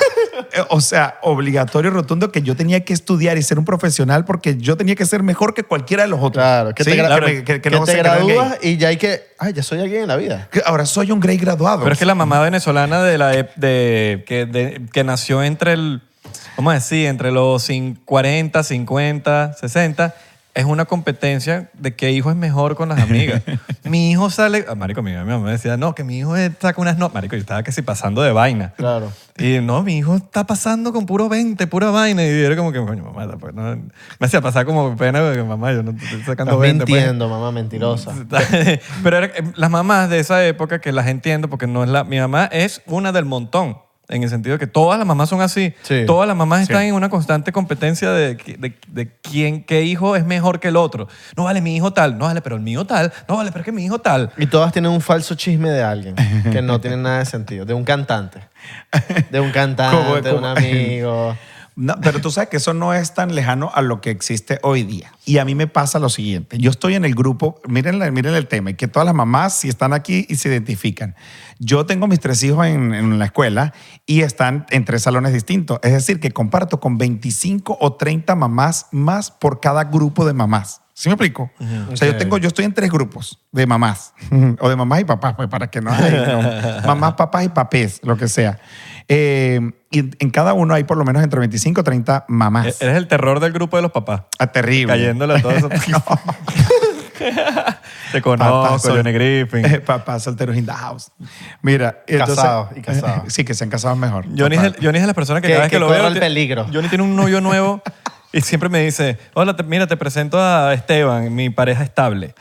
[SPEAKER 1] o sea, obligatorio, rotundo, que yo tenía que estudiar y ser un profesional porque yo tenía que ser mejor que cualquiera de los otros.
[SPEAKER 3] Claro, que
[SPEAKER 1] Sí,
[SPEAKER 3] te, gra-
[SPEAKER 1] claro,
[SPEAKER 3] que- que
[SPEAKER 1] no
[SPEAKER 3] te
[SPEAKER 1] se crean gay.
[SPEAKER 3] gradúas y ya hay que, ay, ya soy alguien en la vida.
[SPEAKER 1] Que Ahora soy un gray graduado.
[SPEAKER 2] Pero es que la mamá venezolana de la ep- de, que, de- que nació entre el, vamos a decir, entre los cin- 40, 50, 60, es una competencia de qué hijo es mejor con las
[SPEAKER 3] (laughs)
[SPEAKER 2] amigas. mi hijo sale... Ah, marico, mi mi mamá me decía, no, que mi hijo eh, saca unas... No, marico, yo estaba casi pasando de vaina.
[SPEAKER 3] Claro.
[SPEAKER 2] Y no, mi hijo está pasando con puro 20, pura vaina. Y era como que, coño, mamá, pues, no. me hacía pasar como pena, porque mamá, yo no estoy sacando
[SPEAKER 3] Estás
[SPEAKER 2] 20. pues.
[SPEAKER 3] mintiendo, mamá, mentirosa.
[SPEAKER 2] (laughs) Pero era- eh, las mamás de esa época que las entiendo porque no es la mi mamá es una del montón en el sentido que todas las mamás son así.
[SPEAKER 3] Sí.
[SPEAKER 2] Todas las mamás están
[SPEAKER 1] Sí.
[SPEAKER 2] en una constante competencia de, qui- de- de quién, qué hijo es mejor que el otro. No vale mi hijo tal, no vale, pero el mío tal, no vale, pero es que mi hijo tal.
[SPEAKER 3] Y todas tienen un falso chisme de alguien
[SPEAKER 2] (laughs)
[SPEAKER 3] que no tiene nada de sentido. De un cantante. De un cantante,
[SPEAKER 1] Como-
[SPEAKER 3] de un
[SPEAKER 1] como-
[SPEAKER 2] (laughs)
[SPEAKER 3] amigo.
[SPEAKER 1] No, pero tú sabes que eso no es tan lejano a lo que existe hoy día. Y a mí me pasa lo siguiente. Yo estoy en el grupo, miren, la- miren el tema, y que todas las mamás si están aquí y se identifican. Yo tengo mis tres hijos en, en la escuela y están en tres salones distintos. Es decir, que comparto con 25 o 30 mamás más por cada grupo de mamás. ¿Sí me explico? O sea, yo
[SPEAKER 3] Ok.
[SPEAKER 1] tengo, yo estoy en tres grupos de mamás (laughs) o de mamás y papás, pues para que no, haya- no. mamás, papás y papés, lo que sea. Eh, y en- en cada uno hay por lo menos entre 25 y 30 mamás.
[SPEAKER 2] E-, Eres el terror del grupo de los papás.
[SPEAKER 1] Ah, terrible. (laughs)
[SPEAKER 2] Cayéndole a todos (laughs) esos- Te
[SPEAKER 1] Papá
[SPEAKER 2] conozco,
[SPEAKER 1] soltero.
[SPEAKER 2] Johnny Griffin.
[SPEAKER 1] Eh, (laughs) papás solteros in the house. Mira, entonces-
[SPEAKER 3] Casados y
[SPEAKER 1] (laughs)
[SPEAKER 3] casados.
[SPEAKER 1] Sí, que sean casados mejor.
[SPEAKER 2] Johnny es,
[SPEAKER 1] Papá.
[SPEAKER 2] el- Johnny es de las personas que,
[SPEAKER 3] Que-
[SPEAKER 2] cada vez que,
[SPEAKER 3] que
[SPEAKER 2] lo
[SPEAKER 3] corra
[SPEAKER 2] veo.
[SPEAKER 3] el
[SPEAKER 2] ti-
[SPEAKER 3] peligro.
[SPEAKER 2] Johnny tiene un novio nuevo y siempre me dice: Hola, te- mira, te presento a Esteban, mi pareja estable.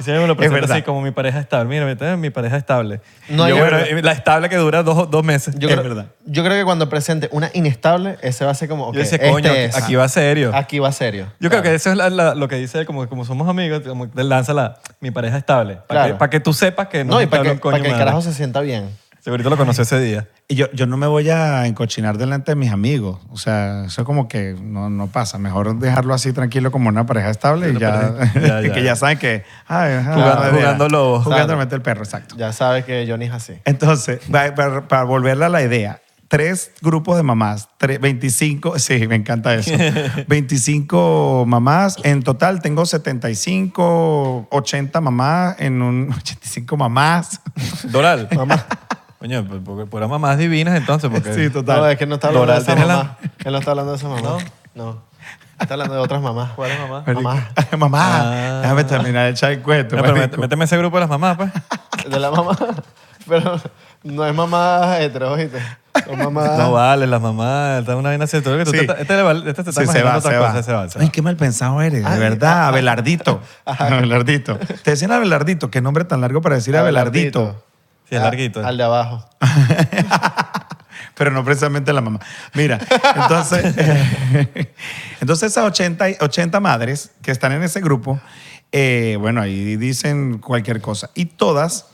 [SPEAKER 2] Y siempre me lo presenta
[SPEAKER 1] verdad.
[SPEAKER 2] así como mi pareja estable. Mira, vete, mi pareja estable.
[SPEAKER 3] No,
[SPEAKER 2] Y yo,
[SPEAKER 3] es
[SPEAKER 2] bueno,
[SPEAKER 3] verdad.
[SPEAKER 2] y la estable que dura dos, dos meses.
[SPEAKER 3] Yo
[SPEAKER 1] Es
[SPEAKER 3] creo,
[SPEAKER 1] verdad.
[SPEAKER 3] Yo creo que cuando presente una inestable, ese va a ser como. ok,
[SPEAKER 2] yo decía,
[SPEAKER 3] este
[SPEAKER 2] coño, aquí-
[SPEAKER 3] es.
[SPEAKER 2] aquí va serio.
[SPEAKER 3] Aquí va serio.
[SPEAKER 2] Yo creo que eso es la- la- lo que dice él, como, como somos amigos, como te lanza la mi pareja estable. Para,
[SPEAKER 3] Claro.
[SPEAKER 2] que, pa' que tú sepas que no,
[SPEAKER 3] No,
[SPEAKER 2] es
[SPEAKER 3] y para
[SPEAKER 2] estable
[SPEAKER 3] que,
[SPEAKER 2] un coño
[SPEAKER 3] para que el
[SPEAKER 2] madre.
[SPEAKER 3] carajo se sienta bien.
[SPEAKER 2] Segurito lo conoció ese día.
[SPEAKER 1] Y yo, yo no me voy a encochinar delante de mis amigos. O sea, eso como que no, no pasa. Mejor dejarlo así tranquilo como una pareja estable y
[SPEAKER 2] Una
[SPEAKER 1] ya, (laughs)
[SPEAKER 2] pareja- ya, ya.
[SPEAKER 1] que ya saben que... ay, ajá,
[SPEAKER 2] Jugando-
[SPEAKER 1] ajá,
[SPEAKER 2] jugando lobo.
[SPEAKER 1] Jugando
[SPEAKER 3] Claro.
[SPEAKER 1] a meter el perro, exacto.
[SPEAKER 3] Ya sabes que Johnny
[SPEAKER 2] (laughs)
[SPEAKER 3] es así.
[SPEAKER 1] Entonces, pa- pa- para, volverla a la idea, tres grupos de mamás, tre- 25, (laughs) sí, me encanta
[SPEAKER 2] (laughs)
[SPEAKER 1] eso, 25 mamás, en total tengo 75, 80 mamás, en un (laughs) 85 mamás.
[SPEAKER 3] (laughs)
[SPEAKER 2] Doral. Mamá. Coño, pues, porque puras mamás divinas entonces. Porque...
[SPEAKER 1] Sí, total.
[SPEAKER 3] No, es que no está hablando
[SPEAKER 2] Doral
[SPEAKER 3] de esa
[SPEAKER 2] tiene la-
[SPEAKER 3] mamá. Él no está hablando de esa mamá. No. Está hablando de otras mamás.
[SPEAKER 2] ¿Cuál es mamá?
[SPEAKER 3] Mamá.
[SPEAKER 1] (laughs) mamá,
[SPEAKER 2] Ah.
[SPEAKER 1] déjame terminar de echar el cuento.
[SPEAKER 2] No, pero mét-
[SPEAKER 1] marico.
[SPEAKER 2] méteme ese grupo de las mamás, pues.
[SPEAKER 3] De la mamá. Pero no es mamá hetero, ¿oíste? Es mamá.
[SPEAKER 2] No vale, las mamás, está una vaina así. Tú, que tú
[SPEAKER 1] Sí.
[SPEAKER 2] te estás- este, le vale- este te está
[SPEAKER 1] Sí, se
[SPEAKER 2] imaginando
[SPEAKER 1] va,
[SPEAKER 2] otra
[SPEAKER 1] se
[SPEAKER 2] cosa,
[SPEAKER 1] va.
[SPEAKER 2] se va, se va.
[SPEAKER 1] Ay, qué mal pensado eres, de
[SPEAKER 3] Ay,
[SPEAKER 1] verdad, (laughs)
[SPEAKER 3] ajá.
[SPEAKER 1] Abelardito. (laughs) Abelardito. Te decían Abelardito, qué nombre tan largo para decir Abelardito.
[SPEAKER 2] Sí, es
[SPEAKER 3] Ah,
[SPEAKER 2] larguito.
[SPEAKER 3] Al de abajo.
[SPEAKER 1] pero no precisamente la mamá. Mira, entonces, entonces esas 80, y- 80 madres que están en ese grupo, eh, bueno, ahí dicen cualquier cosa. Y todas,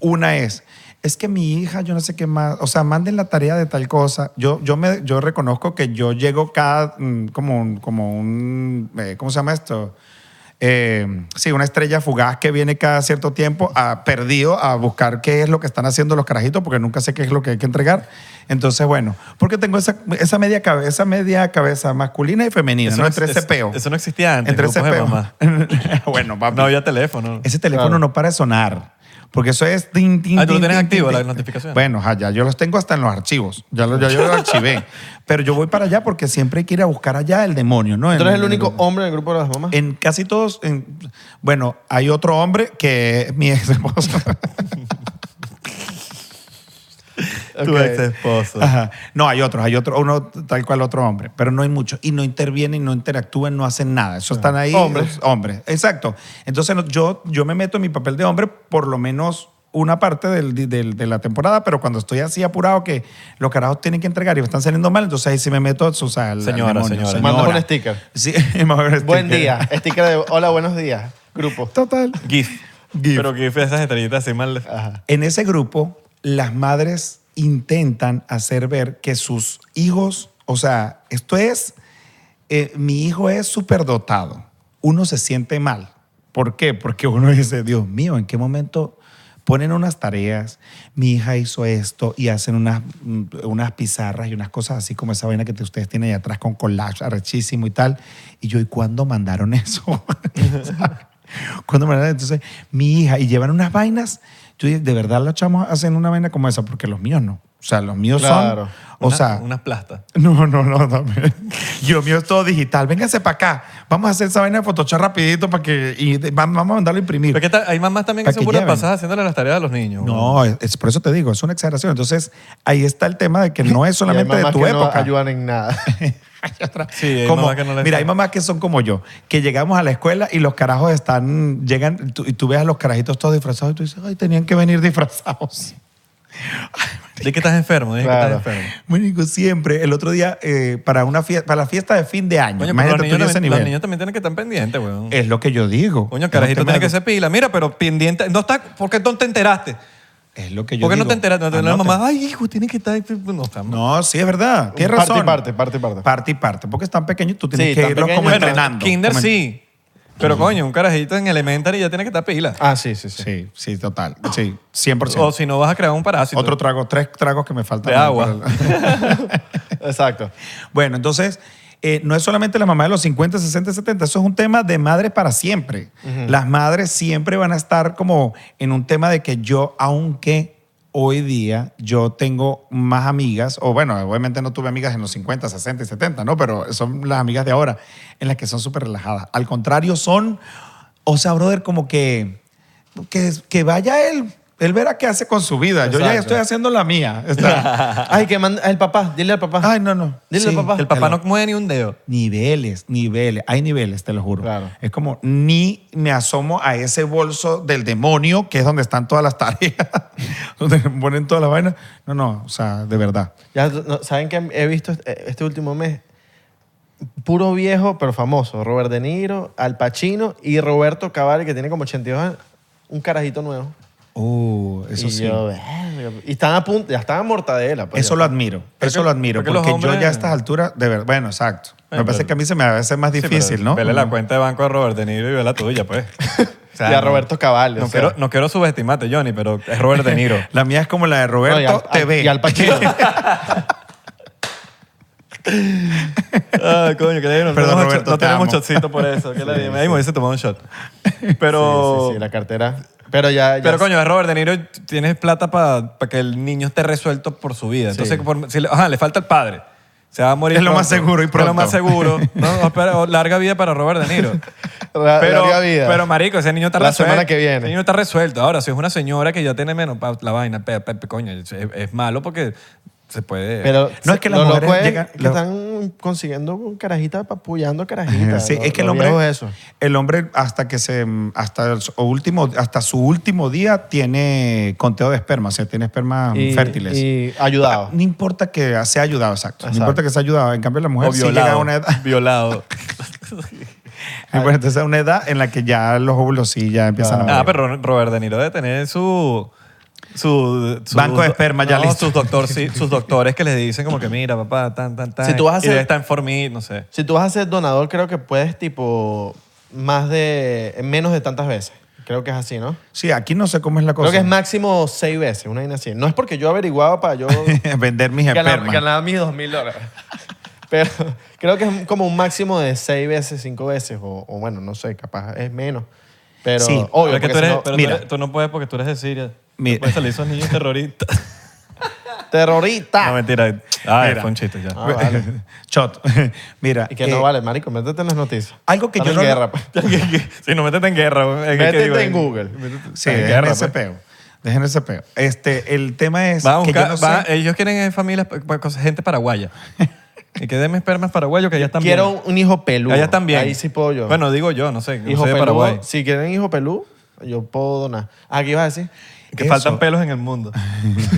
[SPEAKER 1] una es, es que mi hija, yo no sé qué más, o sea, manden la tarea de tal cosa. Yo, yo, me, yo reconozco que yo llego cada, mm, como, un- como un, eh, ¿cómo se llama esto? eh, sí, una estrella fugaz que viene cada cierto tiempo a, perdido a buscar qué es lo que están haciendo los carajitos porque nunca sé qué es lo que hay que entregar. Entonces, bueno, porque tengo esa, esa, media, cabeza, esa media cabeza masculina y femenina, ¿no?
[SPEAKER 2] no
[SPEAKER 1] entre
[SPEAKER 2] ex-
[SPEAKER 1] ese peo.
[SPEAKER 2] Eso no existía antes.
[SPEAKER 1] entre ese
[SPEAKER 2] grupos de
[SPEAKER 1] peo.
[SPEAKER 2] mamás.
[SPEAKER 1] (laughs) bueno, papi,
[SPEAKER 2] No había teléfono.
[SPEAKER 1] ese teléfono
[SPEAKER 3] Claro.
[SPEAKER 1] no para de sonar. Porque eso es... Tin, tin,
[SPEAKER 2] Ah, ¿tú lo
[SPEAKER 1] tin,
[SPEAKER 2] tienes
[SPEAKER 1] tin,
[SPEAKER 2] activo,
[SPEAKER 1] tin,
[SPEAKER 2] la
[SPEAKER 1] tin.
[SPEAKER 2] notificación?
[SPEAKER 1] Bueno, ajá, ya yo los tengo hasta en los archivos. Ya, lo, ya yo los
[SPEAKER 2] (laughs)
[SPEAKER 1] archivé. Pero yo voy para allá porque siempre hay que ir a buscar allá el demonio, ¿no? En-
[SPEAKER 3] Tú eres el
[SPEAKER 1] en-
[SPEAKER 3] único hombre en el grupo de las mamás.
[SPEAKER 1] en casi todos, en- bueno, hay otro hombre que es mi (laughs) ex esposo.
[SPEAKER 2] Tu
[SPEAKER 3] Ok.
[SPEAKER 2] ex eh, esposo.
[SPEAKER 1] Ajá. no, hay otros, hay otro, uno tal cual otro hombre, pero no hay muchos. Y no intervienen, no interactúan, no hacen nada. Eso están ahí.
[SPEAKER 3] Hombres.
[SPEAKER 1] Hombres, exacto. Entonces no, yo, yo me meto en mi papel de hombre por lo menos una parte del- del- de la temporada, pero cuando estoy así apurado que los carajos tienen que entregar y me están saliendo mal, entonces ahí sí me meto, o sea, al- al
[SPEAKER 2] Señora,
[SPEAKER 1] demonio.
[SPEAKER 2] señora.
[SPEAKER 3] Mandas un sticker.
[SPEAKER 1] Sí, (laughs) me voy a ver el
[SPEAKER 3] Buen
[SPEAKER 1] sticker.
[SPEAKER 3] día. Sticker de hola, buenos días. Grupo.
[SPEAKER 1] Total.
[SPEAKER 2] GIF.
[SPEAKER 1] GIF. Ah,
[SPEAKER 2] Pero GIF, esas estrellitas así mal.
[SPEAKER 3] Ajá.
[SPEAKER 1] En ese grupo, las madres intentan hacer ver que sus hijos, o sea, esto es, eh, mi hijo es superdotado. Uno se siente mal. ¿Por qué? Porque uno dice, Dios mío, ¿en qué momento ponen unas tareas? Mi hija hizo esto y hacen unas, mm, unas pizarras y unas cosas así como esa vaina que te- ustedes tienen allá atrás con collage arrechísimo y tal. Y yo, ¿y cuándo mandaron eso? (laughs) Cuando me la- entonces, mi hija, y llevan unas vainas, yo dije, de verdad los chamos hacen una vaina como esa, porque los míos no. O sea, los míos
[SPEAKER 3] Claro.
[SPEAKER 1] son. O
[SPEAKER 2] Una-
[SPEAKER 1] sea.
[SPEAKER 2] Unas plastas.
[SPEAKER 1] No, no, no, (laughs) dame. Yo mío es todo digital. Véngase para acá. Vamos a hacer esa vaina de Photoshop rapidito para que. Y de- va- vamos a mandarlo a imprimir.
[SPEAKER 2] Porque ta- hay mamás también
[SPEAKER 1] Para
[SPEAKER 2] que
[SPEAKER 1] que
[SPEAKER 2] se burlan
[SPEAKER 1] lleven.
[SPEAKER 2] pasadas haciéndole las tareas a los niños.
[SPEAKER 1] No, es, es- por eso te digo, es una exageración. Entonces, ahí está el tema de que no es solamente
[SPEAKER 3] (laughs) Y
[SPEAKER 1] de
[SPEAKER 3] hay mamás
[SPEAKER 1] tu
[SPEAKER 3] que
[SPEAKER 1] época. (laughs)
[SPEAKER 3] No ayudan en nada.
[SPEAKER 2] Sí, hay
[SPEAKER 1] Como-
[SPEAKER 2] mamás que no les
[SPEAKER 1] mira, hay mamás que son como yo, que llegamos a la escuela y los carajos están, llegan tú- y tú ves a los carajitos todos disfrazados y tú dices, ay, tenían que venir disfrazados. (laughs)
[SPEAKER 2] Di que estás enfermo, di
[SPEAKER 3] Claro.
[SPEAKER 2] que estás enfermo.
[SPEAKER 1] Marico, siempre. El otro día, eh, para, una fie- para la fiesta de fin de año,
[SPEAKER 2] Coño, pero los
[SPEAKER 1] imagínate tú
[SPEAKER 2] niños,
[SPEAKER 1] ya ese
[SPEAKER 2] también,
[SPEAKER 1] nivel. Eh,
[SPEAKER 2] los
[SPEAKER 1] este
[SPEAKER 2] niños también tienen que estar pendientes, weón.
[SPEAKER 1] Es lo que yo digo.
[SPEAKER 2] Coño,
[SPEAKER 1] Es
[SPEAKER 2] carajito,
[SPEAKER 1] un tema
[SPEAKER 2] tiene que
[SPEAKER 1] de-
[SPEAKER 2] ser pila. Mira, pero pendiente. No está, ¿Por qué no te enteraste?
[SPEAKER 1] Es lo que yo
[SPEAKER 2] ¿Por qué no
[SPEAKER 1] digo.
[SPEAKER 2] te enteraste? No te- la
[SPEAKER 1] Anota.
[SPEAKER 2] mamá, ay, hijo, tiene que estar. pues, No, está mal.
[SPEAKER 1] No, sí, es verdad. Tienes
[SPEAKER 3] Parte y
[SPEAKER 1] razón.
[SPEAKER 3] parte, parte y parte.
[SPEAKER 1] Parte y parte. Porque están pequeños, tú tienes
[SPEAKER 3] Sí,
[SPEAKER 1] que
[SPEAKER 3] están
[SPEAKER 1] irlos como
[SPEAKER 3] pequeños. Bueno,
[SPEAKER 1] entrenando.
[SPEAKER 2] Kinder
[SPEAKER 1] como en-
[SPEAKER 2] sí. Pero coño, un carajito en elementary ya tiene que estar pila.
[SPEAKER 3] Ah, sí, sí, sí.
[SPEAKER 1] Sí, sí, total. Sí, 100%.
[SPEAKER 2] o si no, vas a crear un parásito.
[SPEAKER 1] Otro trago, tres tragos que me faltan.
[SPEAKER 2] De agua.
[SPEAKER 3] Exacto.
[SPEAKER 1] bueno, entonces, eh, no es solamente la mamá de los 50, 60, 70, eso es un tema de madres para siempre. Las madres siempre van a estar como en un tema de que yo, aunque hoy día yo tengo más amigas, o bueno, obviamente no tuve amigas en los 50, 60 y 70, ¿no? Pero son las amigas de ahora, en las que son súper relajadas. Al contrario, son, o sea, brother, como que, que, que vaya él. Él verá qué hace con su vida. Yo ya
[SPEAKER 3] Exacto.
[SPEAKER 1] estoy haciendo la mía. Está-
[SPEAKER 3] (laughs) Ay, que manda el papá, dile al papá.
[SPEAKER 1] Ay, no, no.
[SPEAKER 3] Dile al papá.
[SPEAKER 2] Que el papá no mueve ni un dedo.
[SPEAKER 1] Niveles, niveles. Hay niveles, te lo juro.
[SPEAKER 3] Claro.
[SPEAKER 1] Es como, ni me asomo a ese bolso del demonio, que es donde están todas las tareas, (laughs) donde ponen todas las vainas. No, no, o sea, de verdad.
[SPEAKER 3] Ya, no, ¿Saben que he visto este este último mes? Puro viejo, pero famoso. Robert De Niro, Al Pacino y Roberto Cavalli, que tiene como 82 años. Un carajito nuevo.
[SPEAKER 1] Uh, eso
[SPEAKER 3] y
[SPEAKER 1] sí.
[SPEAKER 3] yo, "Verga". y están a punto, ya están a mortadela. pues,
[SPEAKER 1] eso
[SPEAKER 3] ya.
[SPEAKER 1] lo admiro,
[SPEAKER 2] Porque-
[SPEAKER 1] eso lo admiro,
[SPEAKER 2] porque
[SPEAKER 1] porque,
[SPEAKER 2] los
[SPEAKER 1] yo
[SPEAKER 2] hombres-
[SPEAKER 1] ya a estas alturas, de verdad, bueno, exacto.
[SPEAKER 2] Eh,
[SPEAKER 3] Ah,
[SPEAKER 1] me parece
[SPEAKER 2] pero-
[SPEAKER 1] que a mí se me va a hacer más difícil, ¿no?
[SPEAKER 2] Vele la cuenta de banco a Robert De Niro y ve la tuya, pues. O sea,
[SPEAKER 3] y a
[SPEAKER 2] no-
[SPEAKER 3] Roberto Cavalli.
[SPEAKER 2] No
[SPEAKER 3] o sea.
[SPEAKER 2] quiero, no quiero subestimarte, Johnny, pero es Robert De Niro.
[SPEAKER 1] La mía es como la de Roberto
[SPEAKER 3] No, y al- al-
[SPEAKER 1] TV.
[SPEAKER 3] Y
[SPEAKER 1] (laughs)
[SPEAKER 3] Al Pacino.
[SPEAKER 2] Ah, coño, que le dieron.
[SPEAKER 1] Perdón,
[SPEAKER 2] no tenemos
[SPEAKER 1] Roberto,
[SPEAKER 2] shot- no
[SPEAKER 1] te
[SPEAKER 2] tenemos
[SPEAKER 1] amo.
[SPEAKER 2] shotcito por eso. Que le dieron. Ahí me hubiese tomado un shot. Pero,
[SPEAKER 3] Sí, sí, sí, la cartera. Pero ya. ya
[SPEAKER 2] pero coño, es Robert De Niro. Tienes plata para que el niño esté resuelto por su vida. Entonces, por- si le, ajá, le falta el padre. Se va a morir.
[SPEAKER 1] Es lo más seguro y
[SPEAKER 2] Es
[SPEAKER 1] pronto.
[SPEAKER 2] lo más
[SPEAKER 3] (laughs)
[SPEAKER 2] seguro. ¿no? O- pero- o larga vida para Robert De Niro.
[SPEAKER 3] La-
[SPEAKER 2] Pero,
[SPEAKER 3] larga vida.
[SPEAKER 2] pero marico, ese niño está
[SPEAKER 3] La
[SPEAKER 2] resuelto.
[SPEAKER 3] semana que viene.
[SPEAKER 2] Ese niño está resuelto. Ahora, si es una señora que ya tiene menos pa- la vaina, pe- pe- pe- coño, es, es malo porque se puede.
[SPEAKER 3] Pero
[SPEAKER 1] No, es que las
[SPEAKER 3] lo
[SPEAKER 1] mujeres
[SPEAKER 3] loco es
[SPEAKER 1] llegan-
[SPEAKER 3] que
[SPEAKER 1] lo-
[SPEAKER 3] están consiguiendo carajitas, apoyando carajitas.
[SPEAKER 1] Sí,
[SPEAKER 3] Lo-
[SPEAKER 1] es que el
[SPEAKER 3] lo
[SPEAKER 1] hombre,
[SPEAKER 3] viejo es eso.
[SPEAKER 1] el hombre hasta que se, hasta su último, hasta su último día tiene conteo de esperma, o sea, tiene esperma
[SPEAKER 3] Y-
[SPEAKER 1] fértiles.
[SPEAKER 3] Y ayudado.
[SPEAKER 1] no importa que sea ayudado, exacto.
[SPEAKER 3] Exacto.
[SPEAKER 1] No importa que sea ayudado. En cambio, la mujer
[SPEAKER 2] o
[SPEAKER 1] sí llega a
[SPEAKER 2] violado.
[SPEAKER 1] una
[SPEAKER 3] (laughs)
[SPEAKER 1] edad, (laughs)
[SPEAKER 2] Violado.
[SPEAKER 1] Bueno, entonces, a una edad en la que ya los óvulos sí ya empiezan a
[SPEAKER 2] Ah,
[SPEAKER 1] morir.
[SPEAKER 2] pero Ro- Robert De Niro debe tener su... su, su-
[SPEAKER 1] Banco de esperma ya
[SPEAKER 2] no,
[SPEAKER 1] listo.
[SPEAKER 2] Sus, doctor,
[SPEAKER 3] (laughs)
[SPEAKER 2] sí, sus doctores que les dicen como que mira, papá, tan, tan, tan.
[SPEAKER 3] Si tú vas a
[SPEAKER 2] Y
[SPEAKER 3] hacer-
[SPEAKER 2] debe estar en formí, no sé.
[SPEAKER 3] Si tú vas a ser donador, creo que puedes, tipo, más de. menos de tantas veces. Creo que es así, ¿no?
[SPEAKER 1] Sí, aquí no sé cómo es la cosa.
[SPEAKER 3] Creo que es máximo seis veces, una vaina así. No es porque yo averiguaba para yo
[SPEAKER 1] (laughs) Vender mis
[SPEAKER 3] ganar,
[SPEAKER 1] espermas. (laughs)
[SPEAKER 3] ganar mis dos mil dólares. Pero creo que es como un máximo de seis veces, cinco veces, o, o bueno, no sé, capaz es menos. Pero,
[SPEAKER 1] Sí,
[SPEAKER 3] obvio,
[SPEAKER 2] Pero es que
[SPEAKER 3] porque
[SPEAKER 2] tú,
[SPEAKER 3] si
[SPEAKER 2] eres,
[SPEAKER 3] no-
[SPEAKER 2] pero tú
[SPEAKER 1] mira.
[SPEAKER 2] eres- tú no puedes porque tú eres de Siria.
[SPEAKER 1] Mira.
[SPEAKER 2] No puedes salir esos
[SPEAKER 3] (laughs)
[SPEAKER 2] niños terroristas.
[SPEAKER 3] terrorista.
[SPEAKER 2] no, mentira. Ah,
[SPEAKER 1] Mira.
[SPEAKER 2] fue un chiste (laughs) ya.
[SPEAKER 3] Ah, vale.
[SPEAKER 1] Shot. (laughs) Mira.
[SPEAKER 3] y que
[SPEAKER 1] eh,
[SPEAKER 3] no vale, marico, métete en las noticias.
[SPEAKER 1] Algo que
[SPEAKER 3] Están
[SPEAKER 1] yo
[SPEAKER 3] en
[SPEAKER 1] no-
[SPEAKER 3] guerra, pa.
[SPEAKER 2] si no, métete en guerra. es que- que digo, eh,
[SPEAKER 3] Métete en Google.
[SPEAKER 1] eh, Sí,
[SPEAKER 2] en
[SPEAKER 1] dejen
[SPEAKER 2] guerra,
[SPEAKER 1] ese
[SPEAKER 2] pues.
[SPEAKER 1] peo. Dejen ese peo. Este, el tema es
[SPEAKER 2] Van a
[SPEAKER 1] que
[SPEAKER 2] buscar-
[SPEAKER 1] yo no sé-
[SPEAKER 2] van-
[SPEAKER 1] (laughs)
[SPEAKER 2] ellos quieren eh, familias, pa- pa- cosas- gente
[SPEAKER 3] (laughs)
[SPEAKER 2] paraguaya. y que denme espermas paraguayos que allá están
[SPEAKER 3] Quiero
[SPEAKER 2] bien.
[SPEAKER 3] un, un hijo peludo.
[SPEAKER 2] Allá están bien.
[SPEAKER 3] Ahí sí puedo yo.
[SPEAKER 2] Bueno, digo yo, no sé.
[SPEAKER 3] hijo
[SPEAKER 2] Hijo de
[SPEAKER 3] peludo.
[SPEAKER 2] Paraguay.
[SPEAKER 3] Si quieren hijo peludo, yo puedo donar. Ah, ¿qué ibas a decir?
[SPEAKER 2] Que
[SPEAKER 1] Eso.
[SPEAKER 2] faltan pelos en el mundo.
[SPEAKER 3] (laughs)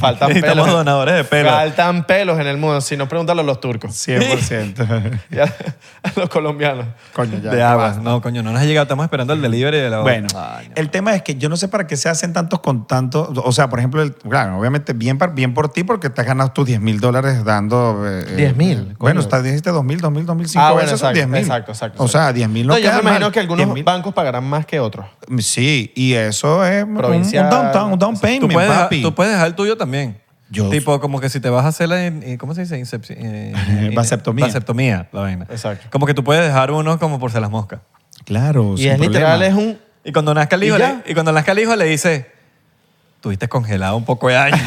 [SPEAKER 3] Faltan
[SPEAKER 2] Necesitamos
[SPEAKER 3] pelos.
[SPEAKER 2] donadores de pelos.
[SPEAKER 3] Faltan pelos en el mundo. Si no, pregúntalo a los turcos. (laughs)
[SPEAKER 1] 100%.
[SPEAKER 3] Y a, a los colombianos.
[SPEAKER 1] Coño, ya.
[SPEAKER 2] de agua. No, coño, no nos ha llegado. Estamos esperando el delivery de la
[SPEAKER 1] Bueno,
[SPEAKER 2] Ay, no.
[SPEAKER 1] el tema es que yo no sé para qué se hacen tantos con tanto. O sea, por ejemplo, el- claro, obviamente bien, par- bien por ti porque te has ganado tus 10 mil dólares dando. eh, eh,
[SPEAKER 3] 10.000,
[SPEAKER 1] eh,
[SPEAKER 3] coño.
[SPEAKER 1] Bueno, está, dijiste 2 mil, 2 mil, 2 mil, 5
[SPEAKER 3] Ah, bueno,
[SPEAKER 1] veces son
[SPEAKER 3] exacto,
[SPEAKER 1] 10 mil.
[SPEAKER 3] exacto, exacto,
[SPEAKER 1] O sea,
[SPEAKER 3] exacto.
[SPEAKER 1] 10 mil no,
[SPEAKER 3] No, yo me
[SPEAKER 1] queda
[SPEAKER 3] imagino
[SPEAKER 1] mal.
[SPEAKER 3] que algunos
[SPEAKER 1] 10.000.
[SPEAKER 3] bancos pagarán más que otros.
[SPEAKER 1] Mm, Sí, y eso es un, un
[SPEAKER 3] Provincial.
[SPEAKER 1] downtown, un down
[SPEAKER 2] tú,
[SPEAKER 1] payment,
[SPEAKER 2] puedes dejar,
[SPEAKER 1] papi.
[SPEAKER 2] tú puedes dejar el tuyo también.
[SPEAKER 1] Yo-
[SPEAKER 2] Tipo, como que si te vas a hacer la. in- ¿Cómo se dice? Incepci- eh,
[SPEAKER 1] (laughs) Vasectomía.
[SPEAKER 2] Vasectomía, la vaina.
[SPEAKER 3] Exacto.
[SPEAKER 2] Como que tú puedes dejar uno como por ser las moscas.
[SPEAKER 1] Claro,
[SPEAKER 3] Y
[SPEAKER 1] Pues sin
[SPEAKER 3] es literal,
[SPEAKER 1] problema.
[SPEAKER 3] es un.
[SPEAKER 2] Y cuando nazca el hijo,
[SPEAKER 3] ¿Y
[SPEAKER 2] le-
[SPEAKER 3] ya?
[SPEAKER 2] y cuando nazca el hijo le dice, tuviste congelado un poco de años.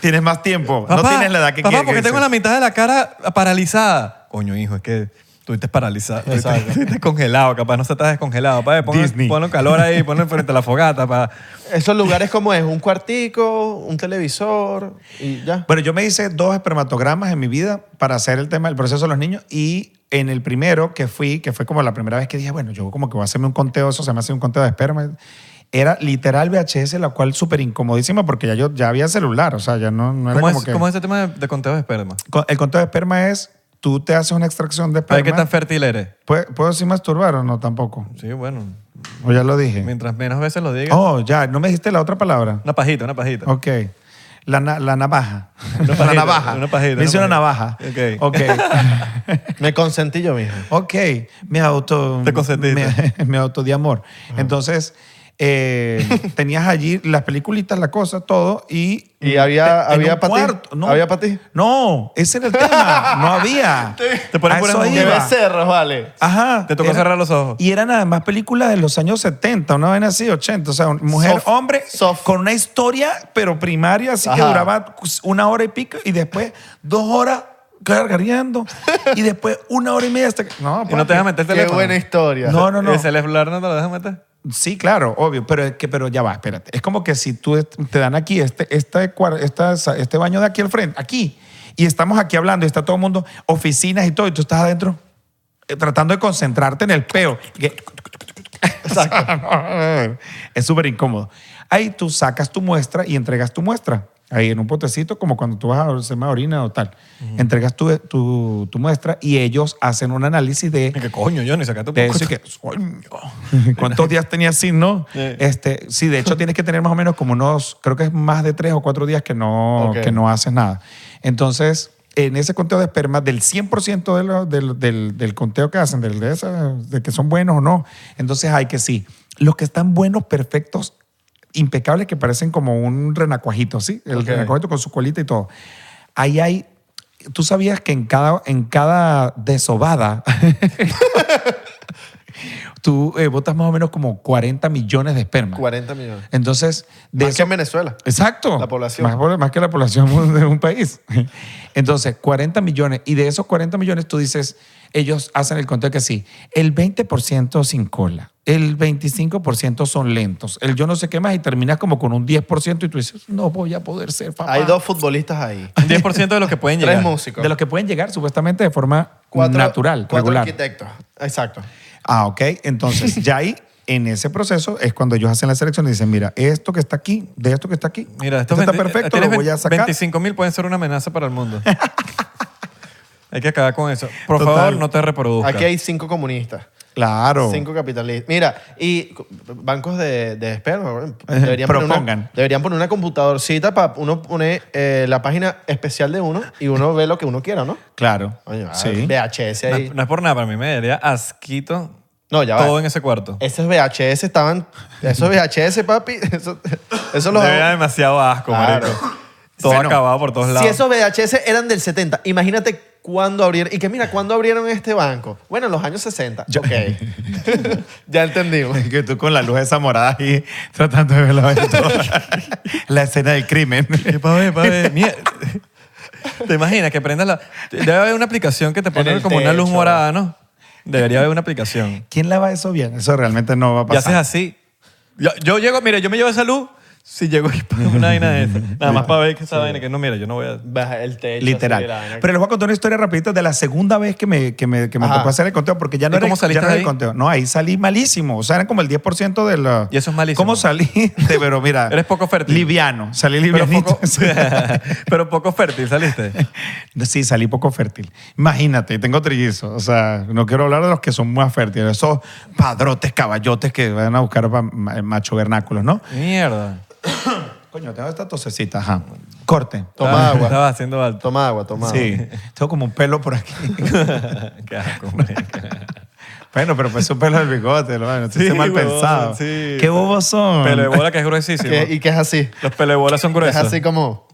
[SPEAKER 1] Tienes más tiempo. (laughs) no
[SPEAKER 2] Papá,
[SPEAKER 1] tienes la edad que
[SPEAKER 2] papá,
[SPEAKER 1] quieres.
[SPEAKER 2] porque tengo la mitad de la cara paralizada. Coño, hijo, es que estuviste paralizado. Estuviste, estuviste congelado, capaz no se está descongelado. Papá,
[SPEAKER 1] Disney.
[SPEAKER 2] ponlo, ponlo calor ahí, ponlo frente a la
[SPEAKER 1] (laughs)
[SPEAKER 2] fogata. Para...
[SPEAKER 3] Esos lugares como es, un cuartico, un televisor y ya.
[SPEAKER 1] Bueno, yo me hice dos espermatogramas en mi vida para hacer el tema del proceso de los niños y en el primero que fui, que fue como la primera vez que dije, bueno, yo como que voy a hacerme un conteo, eso se me hace un conteo de esperma. Era literal VHS, la cual súper incomodísima porque ya yo ya había celular, o sea, ya no, no era
[SPEAKER 2] ¿Cómo,
[SPEAKER 1] como
[SPEAKER 2] es,
[SPEAKER 1] que...
[SPEAKER 2] ¿Cómo es este tema de, de conteo de esperma?
[SPEAKER 1] Co- El conteo de esperma es, tú te haces una extracción de
[SPEAKER 2] A
[SPEAKER 1] esperma.
[SPEAKER 2] ver qué tan fértil eres.
[SPEAKER 1] ¿Puedo, ¿Puedo decir masturbar o no tampoco?
[SPEAKER 2] Sí, bueno.
[SPEAKER 1] O ya lo dije.
[SPEAKER 2] Mientras menos veces lo digas.
[SPEAKER 1] Oh, ya, no me dijiste la otra palabra.
[SPEAKER 2] Una pajita, una pajita.
[SPEAKER 1] Ok. La, na- la navaja. (laughs)
[SPEAKER 2] Una
[SPEAKER 1] la
[SPEAKER 2] pajita,
[SPEAKER 1] navaja.
[SPEAKER 2] una pajita,
[SPEAKER 1] Me hice
[SPEAKER 2] una
[SPEAKER 1] una navaja.
[SPEAKER 2] pajita.
[SPEAKER 1] Ok.
[SPEAKER 2] (laughs)
[SPEAKER 3] Me consentí yo mismo.
[SPEAKER 1] Ok. Me auto.
[SPEAKER 2] Te consentiste.
[SPEAKER 1] Me, (laughs) me auto de amor.
[SPEAKER 3] Ah.
[SPEAKER 1] Entonces, eh, (laughs) tenías allí las peliculitas, la cosa, todo y.
[SPEAKER 3] Y había-
[SPEAKER 1] en
[SPEAKER 3] había
[SPEAKER 1] un
[SPEAKER 3] pa' ti.
[SPEAKER 1] cuarto, no.
[SPEAKER 3] ¿Había pa' ti?
[SPEAKER 1] No, ese era el tema. No
[SPEAKER 3] (laughs)
[SPEAKER 1] había.
[SPEAKER 2] Te ponen
[SPEAKER 1] A
[SPEAKER 2] puras
[SPEAKER 1] eso
[SPEAKER 2] mujeres.
[SPEAKER 1] iba.
[SPEAKER 3] De becerros, vale.
[SPEAKER 1] Ajá.
[SPEAKER 2] Te tocó
[SPEAKER 1] Era-
[SPEAKER 2] cerrar los ojos.
[SPEAKER 1] Y eran además películas de los años 70, una vaina así, 80. O sea, un- mujer,
[SPEAKER 3] Soft,
[SPEAKER 1] hombre,
[SPEAKER 3] soft.
[SPEAKER 1] con una historia, pero primaria, así que
[SPEAKER 3] Ajá.
[SPEAKER 1] duraba una hora y pico y después dos horas
[SPEAKER 3] (laughs)
[SPEAKER 1] cargando y después una hora y media hasta que... No, pues,
[SPEAKER 2] Y no te dejas meter el
[SPEAKER 3] Qué
[SPEAKER 2] teléfono.
[SPEAKER 3] buena historia.
[SPEAKER 1] No, no, no.
[SPEAKER 2] ¿El celular no te lo dejas meter?
[SPEAKER 1] Sí, claro, obvio, pero, es que, pero ya va, espérate. Es como que si tú est- te dan aquí este, este, cuar- esta sa- este baño de aquí al frente, aquí, y estamos aquí hablando y está todo el mundo, oficinas y todo, y tú estás adentro eh, tratando de concentrarte en el peo. y que- (laughs) es súper incómodo. Ahí tú sacas tu muestra y entregas tu muestra. Ahí en un potecito, como cuando tú vas a hacer una orina o tal. Entregas tu, tu, tu muestra y ellos hacen un análisis de
[SPEAKER 2] ¿Qué coño, yo ni sacaste un
[SPEAKER 1] de
[SPEAKER 2] poco. (laughs)
[SPEAKER 1] eso y que, "Coño, (laughs) ¿cuántos días tenía así, no?
[SPEAKER 2] Sí.
[SPEAKER 1] Este, sí, de hecho tienes que tener más o menos como unos, creo que es más de tres o cuatro días que no,
[SPEAKER 3] Ok.
[SPEAKER 1] que no haces nada. Entonces, en ese conteo de esperma, del 100% de lo- del, del- del conteo que hacen, del, de, esa- de que son buenos o no, entonces hay que sí. Los que están buenos, perfectos, impecables, que parecen como un renacuajito, ¿sí? El
[SPEAKER 3] Ok.
[SPEAKER 1] renacuajito con su colita y todo. Ahí hay... Tú sabías que en cada, en cada desovada (laughs) tú eh, botas más o menos como 40 millones de esperma.
[SPEAKER 3] 40 millones.
[SPEAKER 1] Entonces, de
[SPEAKER 3] Más que
[SPEAKER 1] eso-
[SPEAKER 3] en Venezuela.
[SPEAKER 1] Exacto.
[SPEAKER 3] La población.
[SPEAKER 1] Más, po- más que la población (laughs) de un país. Entonces, 40 millones. Y de esos 40 millones, tú dices, ellos hacen el conteo que sí. El 20% sin cola. El 25% son lentos. El yo no sé qué más. Y terminas como con un 10% y tú dices, no voy a poder ser papá.
[SPEAKER 3] Hay dos futbolistas ahí.
[SPEAKER 2] 10% de los que pueden llegar.
[SPEAKER 3] Tres músicos.
[SPEAKER 1] De los que pueden llegar supuestamente de forma
[SPEAKER 3] Cuatro-
[SPEAKER 1] natural,
[SPEAKER 3] cuatro
[SPEAKER 1] regular.
[SPEAKER 3] arquitectos. Exacto.
[SPEAKER 1] Ah, ok. (laughs) Entonces, ya ahí, en ese proceso, es cuando ellos hacen la selección y dicen, mira, esto que está aquí, de esto que está aquí,
[SPEAKER 2] Mira, esto
[SPEAKER 1] esto está
[SPEAKER 2] 20
[SPEAKER 1] perfecto,
[SPEAKER 2] tienes
[SPEAKER 1] lo voy a sacar.
[SPEAKER 2] 25 mil pueden ser una amenaza para
[SPEAKER 1] (laughs)
[SPEAKER 2] el mundo. hay que acabar con eso. Por
[SPEAKER 1] Total.
[SPEAKER 2] favor, no te reproduzcas.
[SPEAKER 3] Aquí hay cinco comunistas.
[SPEAKER 1] Claro.
[SPEAKER 3] Cinco capitalistas. Mira, y cu- bancos de, de
[SPEAKER 2] (laughs)
[SPEAKER 3] esperma. bueno,
[SPEAKER 1] Ajá,
[SPEAKER 3] Deberían poner
[SPEAKER 1] propongan.
[SPEAKER 3] Una, deberían poner una computadorcita para uno poner eh, la página especial de uno y uno ve lo que uno quiera, ¿no?
[SPEAKER 1] Claro.
[SPEAKER 3] Coño, ah,
[SPEAKER 1] sí.
[SPEAKER 3] VHS ahí.
[SPEAKER 2] No, no es por nada, para mí me daría asquito
[SPEAKER 3] No, ya
[SPEAKER 2] todo
[SPEAKER 3] va.
[SPEAKER 2] en ese cuarto.
[SPEAKER 3] Esos VHS estaban. Esos VHS, papi. (laughs) Eso, eso
[SPEAKER 2] Me
[SPEAKER 3] los.
[SPEAKER 2] daría demasiado asco,
[SPEAKER 3] Claro.
[SPEAKER 2] marico. Todo
[SPEAKER 1] Bueno,
[SPEAKER 2] acabado por todos lados.
[SPEAKER 3] Si esos VHS eran del 70, imagínate cuándo abrieron. Y que mira, ¿cuándo abrieron este banco? Bueno, en los años 60.
[SPEAKER 1] (laughs)
[SPEAKER 3] Ok. ya entendimos.
[SPEAKER 1] (laughs) Que tú con la luz esa morada ahí (laughs) tratando de verlo
[SPEAKER 2] (laughs)
[SPEAKER 1] la escena del crimen.
[SPEAKER 2] Eh, pa' ver, pa' ver. Mier- ¿Te imaginas que prendas la... Debe haber una aplicación que te pone
[SPEAKER 3] el
[SPEAKER 2] como una luz
[SPEAKER 3] techo.
[SPEAKER 2] morada, ¿no? Debería haber una aplicación.
[SPEAKER 1] ¿Quién lava eso bien? Eso realmente no va a
[SPEAKER 2] Y haces
[SPEAKER 1] pasar.
[SPEAKER 2] así. Yo, yo llego, mire, yo me llevo esa luz si llego y pongo una vaina de esa. Nada más para ver que esa vaina que no, mira, yo no voy a...
[SPEAKER 3] Baja el techo. así, la
[SPEAKER 1] Literal.
[SPEAKER 3] vaina.
[SPEAKER 1] Pero les voy a contar una historia rapidita de la segunda vez que me, que me, que me
[SPEAKER 3] Ajá.
[SPEAKER 1] tocó hacer el conteo, porque ya no
[SPEAKER 2] ¿Y
[SPEAKER 1] era,
[SPEAKER 2] cómo
[SPEAKER 1] ya
[SPEAKER 2] saliste
[SPEAKER 1] no era
[SPEAKER 2] de
[SPEAKER 1] el
[SPEAKER 2] ahí?
[SPEAKER 1] conteo. No, ahí salí malísimo. O sea, eran como el 10% de la...
[SPEAKER 2] Y eso es malísimo.
[SPEAKER 1] ¿Cómo salí? (laughs) De- pero mira...
[SPEAKER 2] (laughs) Eres poco fértil.
[SPEAKER 1] Liviano. Salí
[SPEAKER 2] Pero
[SPEAKER 1] livianito. (laughs)
[SPEAKER 2] poco, (laughs) pero poco fértil saliste.
[SPEAKER 1] Sí, salí poco fértil. Imagínate, tengo trillizos. O sea, no quiero hablar de los que son más fértiles, esos padrotes, caballotes que van a buscar pa- ma- macho vernáculos, ¿no?
[SPEAKER 2] Mierda.
[SPEAKER 1] Coño, tengo esta tosecita, ajá. Corte.
[SPEAKER 3] Toma
[SPEAKER 2] Estaba-
[SPEAKER 3] agua.
[SPEAKER 2] Estaba haciendo alto.
[SPEAKER 3] Toma agua, toma
[SPEAKER 1] Sí,
[SPEAKER 3] agua.
[SPEAKER 1] tengo como un pelo por aquí.
[SPEAKER 2] (laughs) Qué
[SPEAKER 3] (laughs)
[SPEAKER 2] asco, marico.
[SPEAKER 1] bueno, pero pues un pelo del bigote, lo bueno, estoy
[SPEAKER 2] Sí,
[SPEAKER 1] mal
[SPEAKER 2] huevón,
[SPEAKER 1] pensado.
[SPEAKER 2] sí.
[SPEAKER 1] ¿Qué bobos son?
[SPEAKER 2] Pelo de bola que es gruesísimo.
[SPEAKER 3] Que- y que es así.
[SPEAKER 2] Los pelo de bola son
[SPEAKER 3] Es
[SPEAKER 2] gruesos.
[SPEAKER 3] así como.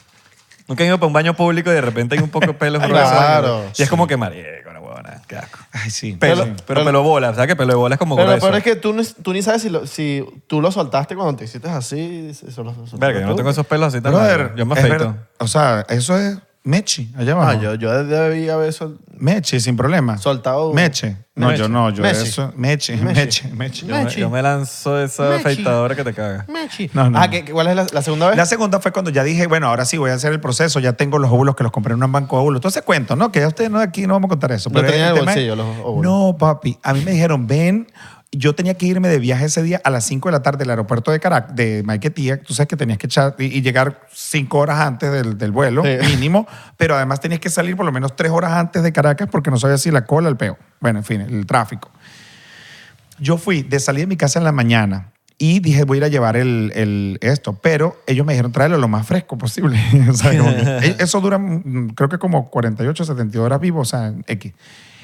[SPEAKER 2] (laughs) Nunca he ido para un baño público y de repente hay un poco de pelos gruesos.
[SPEAKER 3] Claro.
[SPEAKER 2] Y es como que marico, no, huevón, huevona. Qué asco.
[SPEAKER 1] Ay, sí.
[SPEAKER 2] Pelo,
[SPEAKER 1] Sí.
[SPEAKER 2] pero, pelo bola. ¿Sabes que pelo bola es como
[SPEAKER 3] Pero lo
[SPEAKER 2] grueso?
[SPEAKER 3] peor es que tú, no- tú ni sabes si, lo- si tú lo soltaste cuando te hiciste así. si eso lo soltaste
[SPEAKER 2] Verga, yo no
[SPEAKER 3] tú.
[SPEAKER 2] tengo esos pelos así tan largos.
[SPEAKER 1] Brother,
[SPEAKER 2] Yo me
[SPEAKER 1] es
[SPEAKER 2] afeito.
[SPEAKER 1] ver- O sea, eso es Mechi, allá abajo.
[SPEAKER 3] Ah, yo, yo debí haber sol-
[SPEAKER 1] Meche, sin problema.
[SPEAKER 3] soltado.
[SPEAKER 1] Meche. No,
[SPEAKER 2] Meche.
[SPEAKER 1] yo no, yo
[SPEAKER 3] Meche.
[SPEAKER 1] eso. Meche, meche,
[SPEAKER 3] Meche.
[SPEAKER 1] meche.
[SPEAKER 2] Yo me,
[SPEAKER 3] Mechi.
[SPEAKER 2] yo me lanzo esa
[SPEAKER 3] Mechi.
[SPEAKER 2] afeitadora que te caga.
[SPEAKER 3] Mechi.
[SPEAKER 1] No, no,
[SPEAKER 3] Ah,
[SPEAKER 1] no.
[SPEAKER 3] ¿qué- qué- ¿cuál es la, la segunda vez?
[SPEAKER 1] La segunda fue cuando ya dije, bueno, ahora sí voy a hacer el proceso, ya tengo los óvulos que los compré en un banco de óvulos. Entonces cuento, ¿no? Que ya ustedes no aquí no vamos a contar eso.
[SPEAKER 3] Lo tenía en el
[SPEAKER 1] tema es-
[SPEAKER 3] bolsillo, los óvulos.
[SPEAKER 1] No, papi. A mí me dijeron, ven, yo tenía que irme de viaje ese día a las 5 de la tarde del aeropuerto de Caracas, de Maiquetía. Tú sabes que tenías que echar y, y llegar 5 horas antes del, del vuelo,
[SPEAKER 3] Sí.
[SPEAKER 1] mínimo, pero además tenías que salir por lo menos 3 horas antes de Caracas porque no sabía si la cola, el peo. Bueno, en fin, el tráfico. Yo fui de salir de mi casa en la mañana y dije, voy a ir a llevar el, el- esto. Pero ellos me dijeron, tráelo lo más fresco posible. (laughs) O sea, como que- e- eso dura, mm, creo que como 48, 72 horas vivo, o sea, X.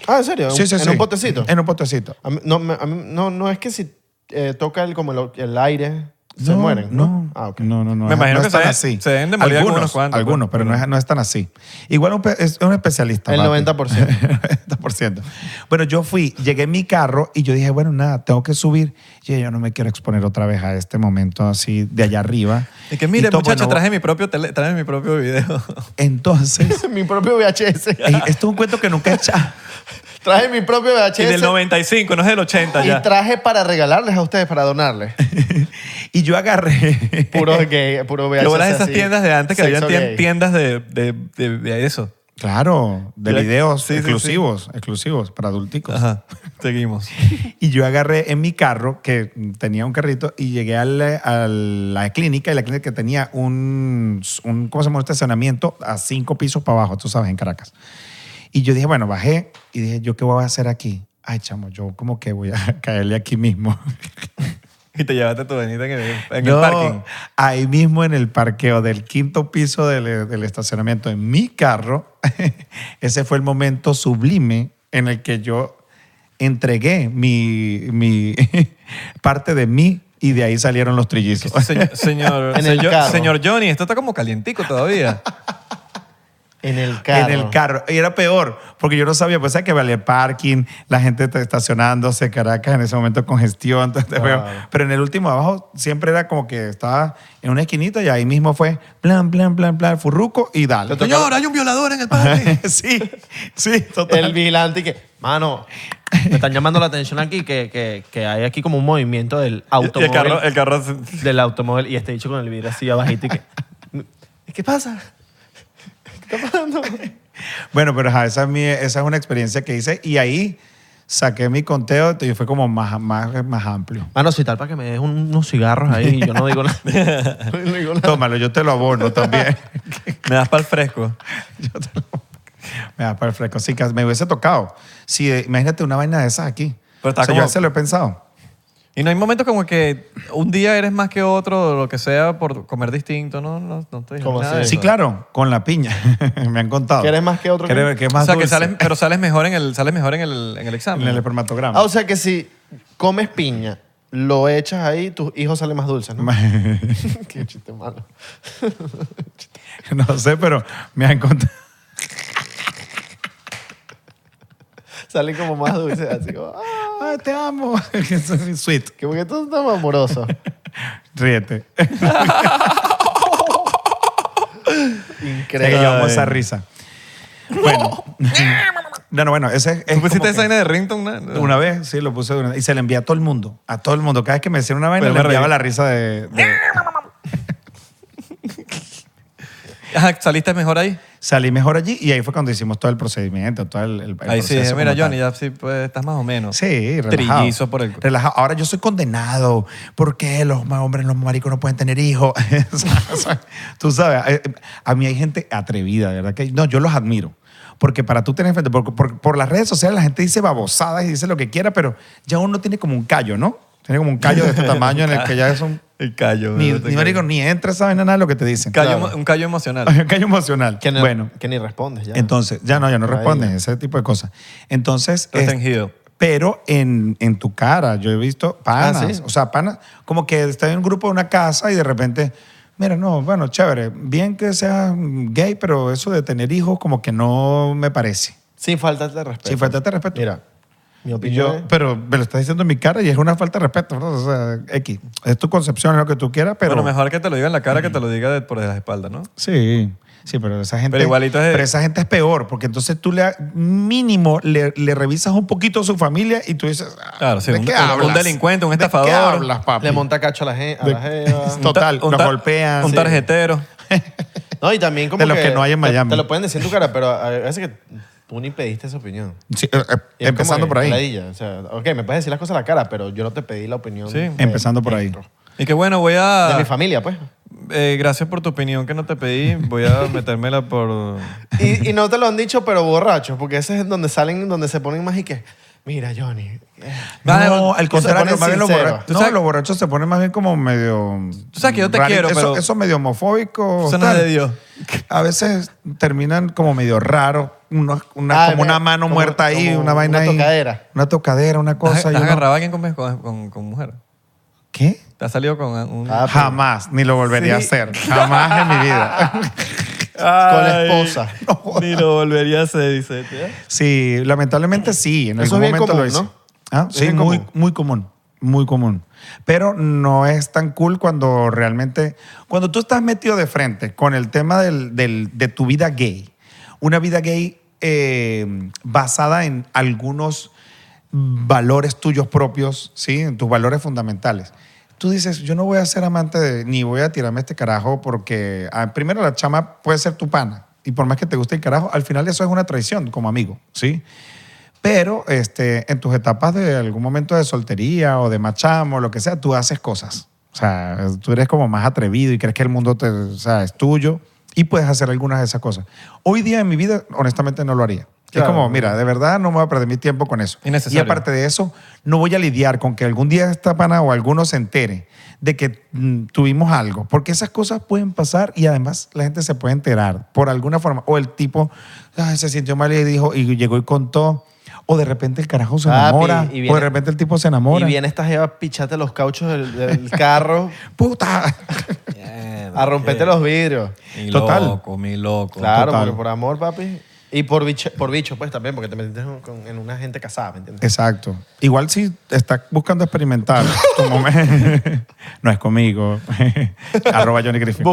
[SPEAKER 3] Ah, ¿en serio?
[SPEAKER 1] Sí, sí,
[SPEAKER 3] ¿En
[SPEAKER 1] sí.
[SPEAKER 3] un potecito?
[SPEAKER 1] En un potecito.
[SPEAKER 3] A mí- no, me- a mí- no, no es que si eh, toca el, como el, el aire se mueren, ¿no? Ah, ok.
[SPEAKER 1] No, no, no.
[SPEAKER 2] Me imagino
[SPEAKER 1] no
[SPEAKER 2] que
[SPEAKER 1] están
[SPEAKER 2] se-
[SPEAKER 1] así.
[SPEAKER 2] se deben de morir algunos cuantos,
[SPEAKER 1] Algunos,
[SPEAKER 2] pues,
[SPEAKER 1] pero no,
[SPEAKER 2] pero-
[SPEAKER 1] es, no están así. Igual un pe- es un especialista.
[SPEAKER 3] El
[SPEAKER 1] papi.
[SPEAKER 3] (laughs) 90%.
[SPEAKER 1] (laughs) 90%. Bueno, yo fui, llegué en mi carro y yo dije, bueno, nada, tengo que subir. Y yo no me quiero exponer otra vez a este momento así de allá arriba.
[SPEAKER 2] Y que mire,
[SPEAKER 1] Y todo,
[SPEAKER 2] muchachos,
[SPEAKER 1] bueno,
[SPEAKER 2] traje mi propio tele- traje mi propio (laughs) video. (laughs)
[SPEAKER 1] Entonces,
[SPEAKER 3] mi propio VHS.
[SPEAKER 1] ey, esto es un cuento que nunca he hecho.
[SPEAKER 3] Traje mi propio VHS.
[SPEAKER 2] y del 95, no es del 80 ya.
[SPEAKER 3] y traje para regalarles a ustedes, para donarles.
[SPEAKER 1] Y yo agarré.
[SPEAKER 3] (laughs) Puro gay, puro VHS.
[SPEAKER 2] Lo bueno es esas
[SPEAKER 3] así.
[SPEAKER 2] tiendas de antes que había
[SPEAKER 3] Sexo gay.
[SPEAKER 2] tiendas de, de, de- de eso.
[SPEAKER 1] (laughs) Claro, de
[SPEAKER 2] Ya-
[SPEAKER 1] videos
[SPEAKER 2] sí, sí, sí.
[SPEAKER 1] exclusivos, exclusivos para adulticos.
[SPEAKER 2] Ajá. (laughs) Seguimos.
[SPEAKER 1] Y yo agarré en mi carro, que tenía un carrito, y llegué al- a la clínica, y la clínica tenía un, un ¿cómo se llama? Un estacionamiento a cinco pisos para abajo, tú sabes, en Caracas. Y yo dije, bueno, bajé y dije, ¿yo qué voy a hacer aquí? Ay, chamo, yo como que voy a (laughs) caerle aquí mismo.
[SPEAKER 2] Y te llevaste tu venita en el, en el
[SPEAKER 1] No,
[SPEAKER 2] parking.
[SPEAKER 1] Ahí mismo en el parqueo del quinto piso del, eh, del estacionamiento, en mi carro, (laughs) ese fue el momento sublime en el que yo entregué mi, mi (laughs) parte de mí y de ahí salieron los trillizos.
[SPEAKER 3] (laughs)
[SPEAKER 2] Señor, señor,
[SPEAKER 3] En el
[SPEAKER 2] señor-
[SPEAKER 3] carro.
[SPEAKER 2] señor Johnny, esto está como calientico todavía.
[SPEAKER 3] En el carro.
[SPEAKER 1] (laughs) En el carro. Y era peor, porque yo no sabía, pues sabes que valía parking, la gente está estacionándose, Caracas en ese momento congestión, (laughs) entonces,
[SPEAKER 3] Claro.
[SPEAKER 1] pero, pero en el último abajo siempre era como que estaba en una esquinita y ahí mismo fue plan, plan, plan, plan, furruco y dale.
[SPEAKER 3] Te tocaba-
[SPEAKER 2] hay un violador en el (laughs) parking.
[SPEAKER 1] (laughs) sí, sí, total.
[SPEAKER 3] El vigilante y que, mano, me están llamando la atención aquí que, que, que hay aquí como un movimiento del
[SPEAKER 2] Y el
[SPEAKER 3] automóvil.
[SPEAKER 2] carro, el carro se-
[SPEAKER 3] Del automóvil y este dicho con el vidrio así abajito y que, ¿qué pasa? ¿Qué está pasando?
[SPEAKER 1] Bueno, pero ajá, esa, es mi- esa es una experiencia que hice y ahí saqué mi conteo y fue como más, más, más amplio.
[SPEAKER 3] Mano, si Ah, tal para que me des un- unos cigarros ahí y yo no digo nada. No digo nada.
[SPEAKER 1] Tómalo, yo te lo abono también. (laughs)
[SPEAKER 2] me das para el fresco.
[SPEAKER 1] Yo te lo- Me da para el fresco. Sí, que me hubiese tocado. Sí, eh, imagínate una vaina de esas aquí.
[SPEAKER 2] Pero está
[SPEAKER 1] O sea,
[SPEAKER 2] como-
[SPEAKER 1] Yo se lo he pensado.
[SPEAKER 2] Y no hay momentos como que un día eres más que otro, o lo que sea, por comer distinto, ¿no? No, no te dijeron
[SPEAKER 3] ¿Cómo
[SPEAKER 2] nada
[SPEAKER 3] así?
[SPEAKER 2] de
[SPEAKER 1] Sí,
[SPEAKER 2] eso.
[SPEAKER 1] claro, con la piña. (laughs) me han contado.
[SPEAKER 3] Que eres más que otro
[SPEAKER 1] Que
[SPEAKER 3] que-
[SPEAKER 1] eres- que es más
[SPEAKER 2] o sea, que
[SPEAKER 1] dulce.
[SPEAKER 2] sales, pero sales mejor en el, sales mejor en el, en el examen.
[SPEAKER 1] en el espermatograma.
[SPEAKER 3] Ah, o sea que si comes piña, lo echas ahí, tus hijos salen más dulces, ¿no? (laughs) Qué chiste malo.
[SPEAKER 1] (laughs) no sé, pero me han contado. (laughs)
[SPEAKER 3] Salen como más dulces, así como, ah,
[SPEAKER 1] Ay, te amo. (laughs) Sweet.
[SPEAKER 3] que porque tú estás
[SPEAKER 1] (laughs)
[SPEAKER 3] amoroso.
[SPEAKER 1] Ríete. que
[SPEAKER 3] Increíble.
[SPEAKER 1] llevamos esa risa. Bueno. (laughs) No, no, bueno, ese es.
[SPEAKER 2] ¿Tú pusiste
[SPEAKER 1] como
[SPEAKER 2] esa
[SPEAKER 1] que-
[SPEAKER 2] vaina de ringtone? ¿no?
[SPEAKER 1] Una vez, sí, lo puse durante- y se le envía a todo el mundo, a todo el mundo. Cada vez que me decían una vaina,
[SPEAKER 2] Pero
[SPEAKER 1] le
[SPEAKER 2] me reí.
[SPEAKER 1] enviaba la risa de, de-
[SPEAKER 2] Ajá, ¿Saliste mejor ahí?
[SPEAKER 1] Salí mejor allí y ahí fue cuando hicimos todo el procedimiento, todo el, el- el
[SPEAKER 2] Ahí sí,
[SPEAKER 1] proceso
[SPEAKER 2] dije, mira,
[SPEAKER 1] como
[SPEAKER 2] Johnny,
[SPEAKER 1] tal".
[SPEAKER 2] ya sí, pues, estás más o menos.
[SPEAKER 1] Sí, relajado.
[SPEAKER 2] Trillizo por el...
[SPEAKER 1] Relajado. Ahora yo soy condenado. ¿Por qué los ma- hombres, los maricos no pueden tener hijos? (laughs) O sea, Tú sabes, eh, eh, a mí hay gente atrevida, de ¿verdad? Que, no, yo los admiro. Porque para tú tener frente, por, por- por las redes sociales la gente dice babosadas y dice lo que quiera, pero ya uno tiene como un callo, ¿no? Tiene como un callo
[SPEAKER 2] (laughs)
[SPEAKER 1] de este tamaño en el que ya es un...
[SPEAKER 2] El callo.
[SPEAKER 1] Ni,
[SPEAKER 2] ¿verdad?
[SPEAKER 1] ni marico, ni entra, saben nada de lo que te dicen.
[SPEAKER 2] Callo
[SPEAKER 3] Claro.
[SPEAKER 2] emo- Un callo emocional.
[SPEAKER 1] Hay un (laughs) callo emocional.
[SPEAKER 3] (laughs) Que ni-
[SPEAKER 1] bueno,
[SPEAKER 3] Que ni respondes ya.
[SPEAKER 1] entonces, ya no, ya no
[SPEAKER 3] Ahí.
[SPEAKER 1] responden, ese tipo de cosas. Entonces, este, es-
[SPEAKER 2] Restringido.
[SPEAKER 1] pero en, en tu cara, yo he visto panas,
[SPEAKER 3] Ah, ¿sí?
[SPEAKER 1] o sea, panas, como que está en un grupo de una casa y de repente, mira, no, bueno, chévere, bien que seas gay, pero eso de tener hijos como que no me parece.
[SPEAKER 3] Sin faltarte de respeto.
[SPEAKER 1] Sin faltarte de respeto.
[SPEAKER 3] Mira, mi
[SPEAKER 1] Y
[SPEAKER 3] opinión
[SPEAKER 1] yo, pero me lo estás diciendo en mi cara y es una falta de respeto. ¿no? O sea, X, es tu concepción, es lo que tú quieras, pero...
[SPEAKER 2] Bueno, mejor que te lo diga en la cara que te lo diga de- por las espaldas, ¿no?
[SPEAKER 1] Sí, sí, pero esa gente.
[SPEAKER 2] Pero igualito es-
[SPEAKER 1] pero esa gente es peor, porque entonces tú le mínimo le, le revisas un poquito a su familia y tú dices. ah,
[SPEAKER 2] Claro, sí,
[SPEAKER 1] ¿de
[SPEAKER 2] un-
[SPEAKER 1] qué
[SPEAKER 2] un
[SPEAKER 1] hablas?
[SPEAKER 2] delincuente, un
[SPEAKER 1] ¿De qué
[SPEAKER 2] estafador.
[SPEAKER 1] hablas, papi?
[SPEAKER 3] le monta cacho a la, gen- a la
[SPEAKER 1] De- (laughs)
[SPEAKER 3] jeva.
[SPEAKER 1] No. Total,
[SPEAKER 2] Un ta- un
[SPEAKER 1] nos
[SPEAKER 2] ta-
[SPEAKER 1] golpean,
[SPEAKER 2] Un
[SPEAKER 1] sí.
[SPEAKER 2] tarjetero.
[SPEAKER 3] No, y también como
[SPEAKER 1] De los que no hay en
[SPEAKER 3] te-
[SPEAKER 1] Miami.
[SPEAKER 3] Te, lo pueden decir en tu cara, pero a veces que tú ni pediste esa opinión.
[SPEAKER 1] Sí, eh, eh,
[SPEAKER 3] Y es
[SPEAKER 1] empezando
[SPEAKER 3] como que
[SPEAKER 1] por ahí.
[SPEAKER 3] ladilla, o sea, ok, me puedes decir las cosas a la cara, pero yo no te pedí la opinión.
[SPEAKER 2] Sí.
[SPEAKER 3] de-
[SPEAKER 1] Empezando por ahí.
[SPEAKER 2] Y que bueno, voy a...
[SPEAKER 3] De mi familia, pues.
[SPEAKER 2] Eh, gracias por tu opinión que no te pedí. Voy a metérmela
[SPEAKER 1] (laughs)
[SPEAKER 2] por...
[SPEAKER 3] Y, y no te lo han dicho, pero borrachos, porque ese es donde salen, donde se ponen más y que, mira, Johnny. eh,
[SPEAKER 1] No,
[SPEAKER 2] Vale,
[SPEAKER 1] al
[SPEAKER 3] tú se
[SPEAKER 1] contrario,
[SPEAKER 3] pones
[SPEAKER 1] más bien los
[SPEAKER 3] sincero.
[SPEAKER 1] borrachos.
[SPEAKER 2] Tú
[SPEAKER 1] No,
[SPEAKER 2] sabes-
[SPEAKER 1] los borrachos se ponen más bien como medio.
[SPEAKER 2] Tú sabes que yo te
[SPEAKER 1] rari-
[SPEAKER 2] quiero,
[SPEAKER 1] eso,
[SPEAKER 2] pero-
[SPEAKER 1] Eso medio homofóbico.
[SPEAKER 2] Eso no es
[SPEAKER 1] tal.
[SPEAKER 2] de Dios.
[SPEAKER 1] A veces terminan como medio raro, unos- una,
[SPEAKER 3] Ah,
[SPEAKER 1] como una
[SPEAKER 3] mira,
[SPEAKER 1] mano
[SPEAKER 3] como-
[SPEAKER 1] muerta ahí,
[SPEAKER 3] como
[SPEAKER 1] una vaina
[SPEAKER 3] una
[SPEAKER 1] ahí.
[SPEAKER 3] tocadera.
[SPEAKER 1] Una tocadera, una
[SPEAKER 2] ¿Has,
[SPEAKER 1] cosa. y
[SPEAKER 2] has
[SPEAKER 1] uno-
[SPEAKER 2] agarrado a alguien con, con, con- con mujer?
[SPEAKER 1] ¿Qué?
[SPEAKER 2] ¿Te has salido con un...? (laughs)
[SPEAKER 3] Ah, pero-
[SPEAKER 1] Jamás, ni lo volvería
[SPEAKER 2] Sí.
[SPEAKER 3] (laughs)
[SPEAKER 1] a hacer. Jamás en mi vida.
[SPEAKER 3] con
[SPEAKER 2] (laughs)
[SPEAKER 3] la esposa.
[SPEAKER 2] Ni lo volvería a hacer, dice.
[SPEAKER 1] Sí, lamentablemente sí. En algún
[SPEAKER 3] Eso es bien
[SPEAKER 1] momento lo
[SPEAKER 3] común,
[SPEAKER 1] hice.
[SPEAKER 3] ¿no?
[SPEAKER 1] Ah,
[SPEAKER 3] Es
[SPEAKER 1] Sí,
[SPEAKER 3] bien
[SPEAKER 1] muy,
[SPEAKER 3] común.
[SPEAKER 1] muy común. Muy común. Pero no es tan cool cuando realmente. Cuando tú estás metido de frente con el tema del- del- de tu vida gay, una vida gay eh, basada en algunos valores tuyos propios, ¿sí? En tus valores fundamentales. Tú dices, yo no voy a ser amante de, ni voy a tirarme este carajo porque ah, primero la chama puede ser tu pana y por más que te guste el carajo, al final eso es una traición como amigo, ¿sí? Pero este, en tus etapas de algún momento de soltería o de machamo, lo que sea, tú haces cosas. O sea, tú eres como más atrevido y crees que el mundo te, o sea, es tuyo y puedes hacer algunas de esas cosas. Hoy día en mi vida, honestamente, no lo haría.
[SPEAKER 3] Claro.
[SPEAKER 1] Es como, mira, de verdad no me voy a perder mi tiempo con eso. Y
[SPEAKER 2] Innecesario.
[SPEAKER 1] aparte de eso, no voy a lidiar con que algún día esta pana o alguno se entere de que mm, tuvimos algo, porque esas cosas pueden pasar y además la gente se puede enterar por alguna forma. O el tipo "Ay, se sintió mal y dijo y llegó y contó, o de repente el carajo se
[SPEAKER 3] Papi,
[SPEAKER 1] enamora,
[SPEAKER 3] y
[SPEAKER 1] o
[SPEAKER 3] viene-
[SPEAKER 1] de repente el tipo se enamora.
[SPEAKER 3] Y viene esta jeva, pichate los cauchos del,
[SPEAKER 1] (laughs)
[SPEAKER 3] del carro,
[SPEAKER 1] Puta.
[SPEAKER 3] a romperte los vidrios.
[SPEAKER 2] Mi
[SPEAKER 1] Total.
[SPEAKER 2] loco, mi loco.
[SPEAKER 3] Claro,
[SPEAKER 1] Total.
[SPEAKER 3] porque por amor, papi. Y por bicho, por bicho, pues también, porque te metiste en- con- en una gente casada,
[SPEAKER 1] (laughs)
[SPEAKER 3] ¿me entiendes?
[SPEAKER 1] Exacto. Igual si estás buscando experimentar, tu momen- (laughs) no es conmigo. (laughs) Arroba Johnny Griffin.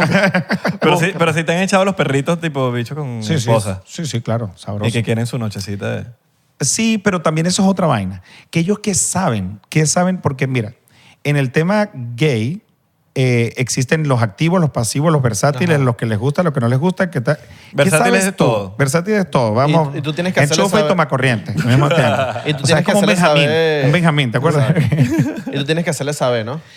[SPEAKER 2] Pero sí, pero sí te han echado los perritos tipo bicho
[SPEAKER 1] (laughs)
[SPEAKER 2] con
[SPEAKER 1] Sí, sí,
[SPEAKER 2] esposa.
[SPEAKER 1] sí, sí, claro, sabroso.
[SPEAKER 2] Y que quieren su nochecita de...
[SPEAKER 1] Sí, pero también eso es otra vaina. Que ellos que saben, que saben, porque mira, en el tema gay eh, existen los activos, los pasivos, los versátiles, los que les gusta, los que no les gusta. Que tal.
[SPEAKER 2] Versátil
[SPEAKER 1] ¿Qué sabes
[SPEAKER 2] es de
[SPEAKER 1] tú?
[SPEAKER 2] todo.
[SPEAKER 1] Versátil es todo. Vamos.
[SPEAKER 3] Y- y tú tienes que hacerle
[SPEAKER 1] Enchufa y
[SPEAKER 3] saber-
[SPEAKER 1] toma corriente. al mismo tiempo.
[SPEAKER 3] (laughs) Y tú
[SPEAKER 1] O sea,
[SPEAKER 3] tienes
[SPEAKER 1] es
[SPEAKER 3] que
[SPEAKER 1] como un
[SPEAKER 3] hacerle
[SPEAKER 1] Benjamín.
[SPEAKER 3] saber-
[SPEAKER 1] Un Benjamín, ¿te acuerdas?
[SPEAKER 3] Y tú tienes que hacerle saber, ¿no?
[SPEAKER 1] (laughs)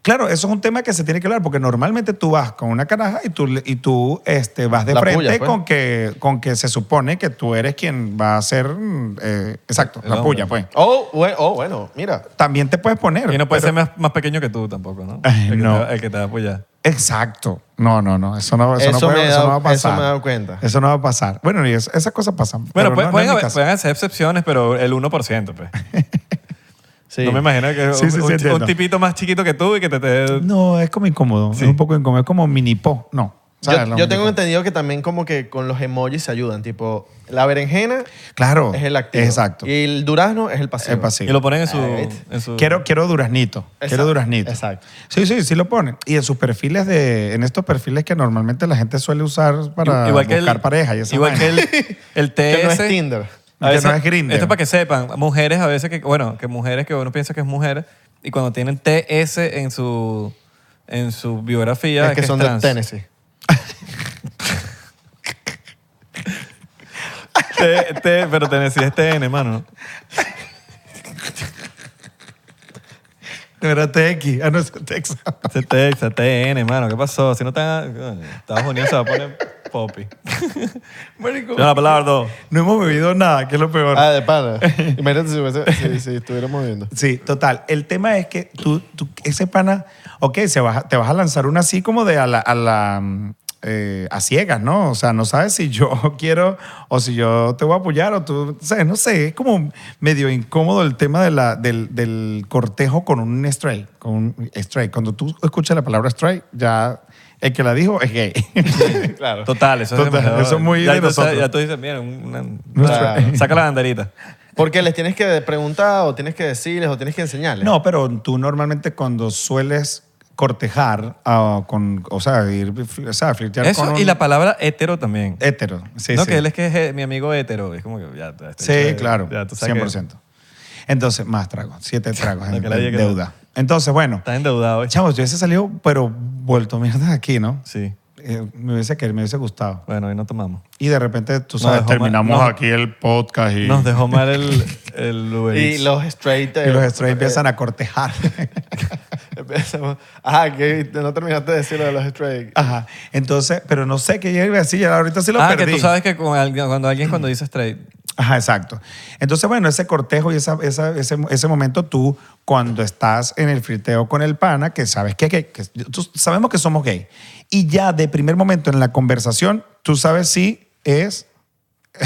[SPEAKER 1] Claro, eso es un tema que se tiene que hablar porque normalmente tú vas con una caraja y tú, le- y tú este, vas de
[SPEAKER 3] La
[SPEAKER 1] frente
[SPEAKER 3] puya, pues.
[SPEAKER 1] con, que, con que se supone que tú eres quien va a ser, mm, eh, exacto,
[SPEAKER 2] El
[SPEAKER 1] la
[SPEAKER 2] hombre.
[SPEAKER 1] puya, pues.
[SPEAKER 3] Oh, bue- oh, bueno, mira.
[SPEAKER 1] También te puedes poner.
[SPEAKER 2] Y no puede
[SPEAKER 1] pero-
[SPEAKER 2] ser más, más pequeño que tú tampoco, ¿no?
[SPEAKER 1] Ay,
[SPEAKER 2] el, que
[SPEAKER 1] no.
[SPEAKER 2] Te, va- el que te pues va a apoyar.
[SPEAKER 1] Exacto. No, no, no. Eso no, eso
[SPEAKER 3] Eso
[SPEAKER 1] no, puede-
[SPEAKER 3] me he
[SPEAKER 1] eso
[SPEAKER 3] dado-
[SPEAKER 1] no va a
[SPEAKER 3] eso
[SPEAKER 1] pasar.
[SPEAKER 3] me he dado cuenta.
[SPEAKER 1] Eso no va a pasar. Bueno, y es- esas cosas pasan. pero
[SPEAKER 2] Bueno,
[SPEAKER 1] no-
[SPEAKER 2] pueden,
[SPEAKER 1] no es
[SPEAKER 2] pueden
[SPEAKER 1] mi
[SPEAKER 2] haber-
[SPEAKER 1] caso.
[SPEAKER 2] pueden hacer excepciones, pero el 1%, pues.
[SPEAKER 3] Sí.
[SPEAKER 2] No me imagino que
[SPEAKER 1] Sí, sí,
[SPEAKER 2] un,
[SPEAKER 1] sí,
[SPEAKER 2] un- un
[SPEAKER 1] entiendo.
[SPEAKER 2] tipito más chiquito que tú y que te... te-
[SPEAKER 1] No, es como incómodo.
[SPEAKER 2] Sí.
[SPEAKER 1] Es un poco incómodo. Es como mini po. No. ¿sabes?
[SPEAKER 3] Yo,
[SPEAKER 1] Lo
[SPEAKER 3] yo
[SPEAKER 1] mini
[SPEAKER 3] tengo
[SPEAKER 1] po.
[SPEAKER 3] entendido que también como que con los emojis se ayudan, tipo, la berenjena
[SPEAKER 1] Claro.
[SPEAKER 3] es el activo.
[SPEAKER 1] Exacto.
[SPEAKER 3] Y el durazno es el pasivo.
[SPEAKER 1] El pasivo.
[SPEAKER 2] Y lo ponen en su...
[SPEAKER 3] Alright.
[SPEAKER 2] en su-
[SPEAKER 1] Quiero, quiero duraznito. Quiero
[SPEAKER 3] Exacto,
[SPEAKER 1] duraznito.
[SPEAKER 3] exacto.
[SPEAKER 1] Sí, sí, sí lo ponen. Y en sus perfiles de. En estos perfiles que normalmente la gente suele usar para
[SPEAKER 2] igual que el-
[SPEAKER 1] buscar pareja y esa
[SPEAKER 2] Igual
[SPEAKER 1] vaina.
[SPEAKER 2] que el, (laughs) el TS.
[SPEAKER 3] Que no es Tinder.
[SPEAKER 2] A
[SPEAKER 1] Que
[SPEAKER 2] veces-
[SPEAKER 1] no es Grindr.
[SPEAKER 2] Esto es para que sepan. Mujeres a veces que, bueno, que mujeres que uno piensa que es mujer y cuando tienen TS en su, en su biografía.
[SPEAKER 3] es que, son
[SPEAKER 2] es
[SPEAKER 3] de
[SPEAKER 2] trans.
[SPEAKER 3] Tennessee.
[SPEAKER 2] T- T- pero Tennessee es TN, mano.
[SPEAKER 1] No era TX. Ah, no, es (laughs) Texas.
[SPEAKER 2] Ese es Texas, TN, mano. ¿Qué pasó? Si no están. coño, Estados Unidos se va a poner poppy.
[SPEAKER 1] Marico,
[SPEAKER 2] Señora Palardo.
[SPEAKER 1] No hemos bebido nada, que es lo peor.
[SPEAKER 3] Ah, de (laughs) pana. Imagínate si, fuese- si, si estuviéramos viendo.
[SPEAKER 1] Sí, total. El tema es que tú, tú- ese pana, ok, se vas a- te vas a lanzar una así como de a la, a la, mm, eh, a ciegas, ¿no? O sea, no sabes si yo (laughs) quiero o si yo te voy a apoyar o tú, o sea, no sé, es como medio incómodo el tema de la, del, del cortejo con un straight, con un straight. Cuando tú escuchas la palabra straight, ya el que la dijo es
[SPEAKER 2] (laughs)
[SPEAKER 1] gay.
[SPEAKER 3] Claro.
[SPEAKER 2] Total, eso
[SPEAKER 1] Total,
[SPEAKER 2] es demasiado-
[SPEAKER 1] eso es muy
[SPEAKER 2] ya,
[SPEAKER 1] de
[SPEAKER 2] tú sabes-
[SPEAKER 1] nosotros.
[SPEAKER 2] ya tú dices, mira, una-
[SPEAKER 3] Nuestra-
[SPEAKER 2] saca la banderita.
[SPEAKER 3] Porque les tienes que preguntar o tienes que decirles o tienes que enseñarles.
[SPEAKER 1] No, pero tú normalmente cuando sueles cortejar, ah, con, o sea, ir, fl- o sea, flirtear con
[SPEAKER 2] Eso
[SPEAKER 1] un
[SPEAKER 2] y la palabra hetero también.
[SPEAKER 1] hétero. Sí,
[SPEAKER 2] no,
[SPEAKER 1] sí.
[SPEAKER 2] que él es que es eh, mi amigo hetero. Es como que ya. ya está
[SPEAKER 1] Sí,
[SPEAKER 2] hecho de-
[SPEAKER 1] claro,
[SPEAKER 2] ya tú sabes que
[SPEAKER 1] 100%. Entonces, más tragos, siete tragos en,
[SPEAKER 2] (laughs) Lo que le haya
[SPEAKER 1] en
[SPEAKER 2] quedado.
[SPEAKER 1] deuda. Entonces, bueno,
[SPEAKER 2] Estás endeudado. ¿eh?
[SPEAKER 1] chavos, yo hubiese salido, pero vuelto mierda aquí, ¿no?
[SPEAKER 2] Sí.
[SPEAKER 1] Eh, me hubiese querido, me hubiese gustado.
[SPEAKER 2] Bueno, hoy no tomamos.
[SPEAKER 1] Y de repente, tú
[SPEAKER 2] Nos
[SPEAKER 1] sabes,
[SPEAKER 2] dejó mal-
[SPEAKER 1] terminamos
[SPEAKER 2] nos-
[SPEAKER 1] aquí el podcast y,
[SPEAKER 2] Nos dejó mal el,
[SPEAKER 1] (laughs)
[SPEAKER 2] el Uber
[SPEAKER 3] Y
[SPEAKER 2] Eats.
[SPEAKER 3] los straight.
[SPEAKER 1] pues.
[SPEAKER 3] eh,
[SPEAKER 1] y los straight empiezan a cortejar. (laughs)
[SPEAKER 3] Ah, que no terminaste de decir lo de los straight.
[SPEAKER 1] Ajá. Entonces, pero no sé qué yo iba a decir, ya ahorita sí lo
[SPEAKER 2] ah,
[SPEAKER 1] perdí.
[SPEAKER 2] que tú sabes que con alguien- cuando alguien cuando dice straight,
[SPEAKER 1] Ajá, exacto. Entonces, bueno, ese cortejo y esa- esa- ese, ese momento tú, cuando estás en el friteo con el pana, que sabes que, que, que- tú- sabemos que somos gay, y ya de primer momento en la conversación, tú sabes si es (laughs)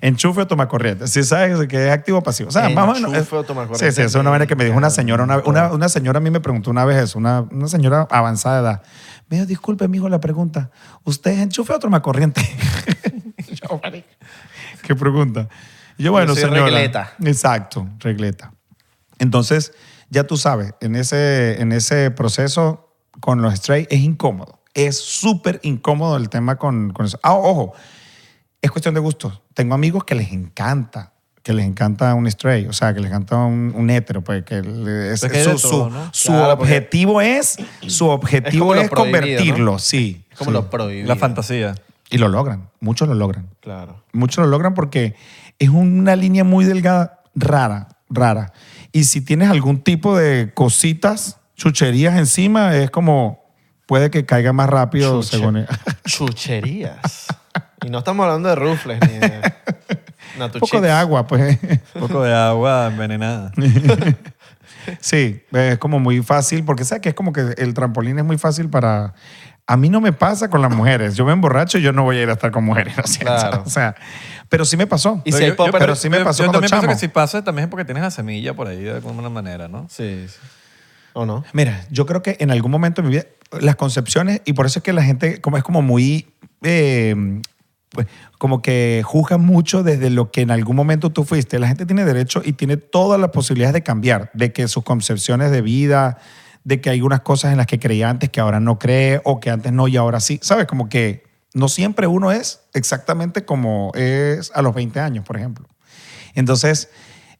[SPEAKER 1] enchufe o toma corriente, si sabes que es activo o pasivo. O sea, más o menos-
[SPEAKER 3] Enchufe o toma corriente.
[SPEAKER 1] Sí, sí, eso es una manera que me dijo una señora, una, una- una señora a mí me preguntó una vez eso, una, una señora avanzada de edad. Me dijo, disculpe, mijo, la pregunta, ¿usted es enchufe o toma corriente? (laughs) Yo, "Marica, ¿Qué pregunta? Y yo, bueno,
[SPEAKER 3] soy
[SPEAKER 1] señora.
[SPEAKER 3] regleta.
[SPEAKER 1] Exacto, regleta. Entonces, ya tú sabes, en ese, en ese proceso con los straight es incómodo. Es súper incómodo el tema con, con eso. Ah, ojo, es cuestión de gustos. Tengo amigos que les encanta, que les encanta un stray, o sea, que les encanta un, un hétero, pues que le- es-
[SPEAKER 2] Pues que hay
[SPEAKER 1] su,
[SPEAKER 2] de todo,
[SPEAKER 1] su-
[SPEAKER 2] ¿no?
[SPEAKER 1] su
[SPEAKER 3] Claro, porque-
[SPEAKER 1] objetivo es, su objetivo
[SPEAKER 3] como
[SPEAKER 1] es,
[SPEAKER 3] lo prohibido,
[SPEAKER 1] convertirlo, sí.
[SPEAKER 3] Es como
[SPEAKER 1] sí.
[SPEAKER 3] los prohibidos.
[SPEAKER 2] la fantasía.
[SPEAKER 1] Y lo logran, muchos lo logran.
[SPEAKER 3] Claro.
[SPEAKER 1] Muchos lo logran porque es una línea muy delgada, rara, rara. Y si tienes algún tipo de cositas, chucherías encima, es como puede que caiga más rápido
[SPEAKER 3] Chuche-
[SPEAKER 1] según...
[SPEAKER 3] Chucherías. y no estamos hablando de rufles ni de
[SPEAKER 1] (laughs) Un
[SPEAKER 3] Nacho
[SPEAKER 1] poco de
[SPEAKER 3] Chips.
[SPEAKER 1] agua, pues. (laughs)
[SPEAKER 2] Un poco de agua envenenada.
[SPEAKER 1] Sí, es como muy fácil, porque sabes que es como que el trampolín es muy fácil para... A mí no me pasa con las mujeres. Yo me emborracho y yo no voy a ir a estar con mujeres. ¿no es cierto?
[SPEAKER 3] Claro.
[SPEAKER 1] (laughs) O sea, pero sí me pasó.
[SPEAKER 3] Y si hay
[SPEAKER 2] yo- yo
[SPEAKER 3] popper-
[SPEAKER 2] pensé-
[SPEAKER 1] pero sí me
[SPEAKER 2] yo-
[SPEAKER 1] pasó
[SPEAKER 2] Yo
[SPEAKER 1] cuando
[SPEAKER 2] también
[SPEAKER 1] chamo.
[SPEAKER 2] pienso que si pasa también es porque tienes la semilla por ahí de alguna manera, ¿no?
[SPEAKER 3] Sí, sí. ¿O no?
[SPEAKER 1] Mira, yo creo que en algún momento de mi vida, las concepciones, y por eso es que la gente como es como muy, eh, pues, como que juzga mucho desde lo que en algún momento tú fuiste. La gente tiene derecho y tiene todas las posibilidades de cambiar, de que sus concepciones de vida, de que hay unas cosas en las que creía antes que ahora no cree, o que antes no y ahora sí. ¿Sabes? Como que no siempre uno es exactamente como es a los 20 años, por ejemplo. Entonces,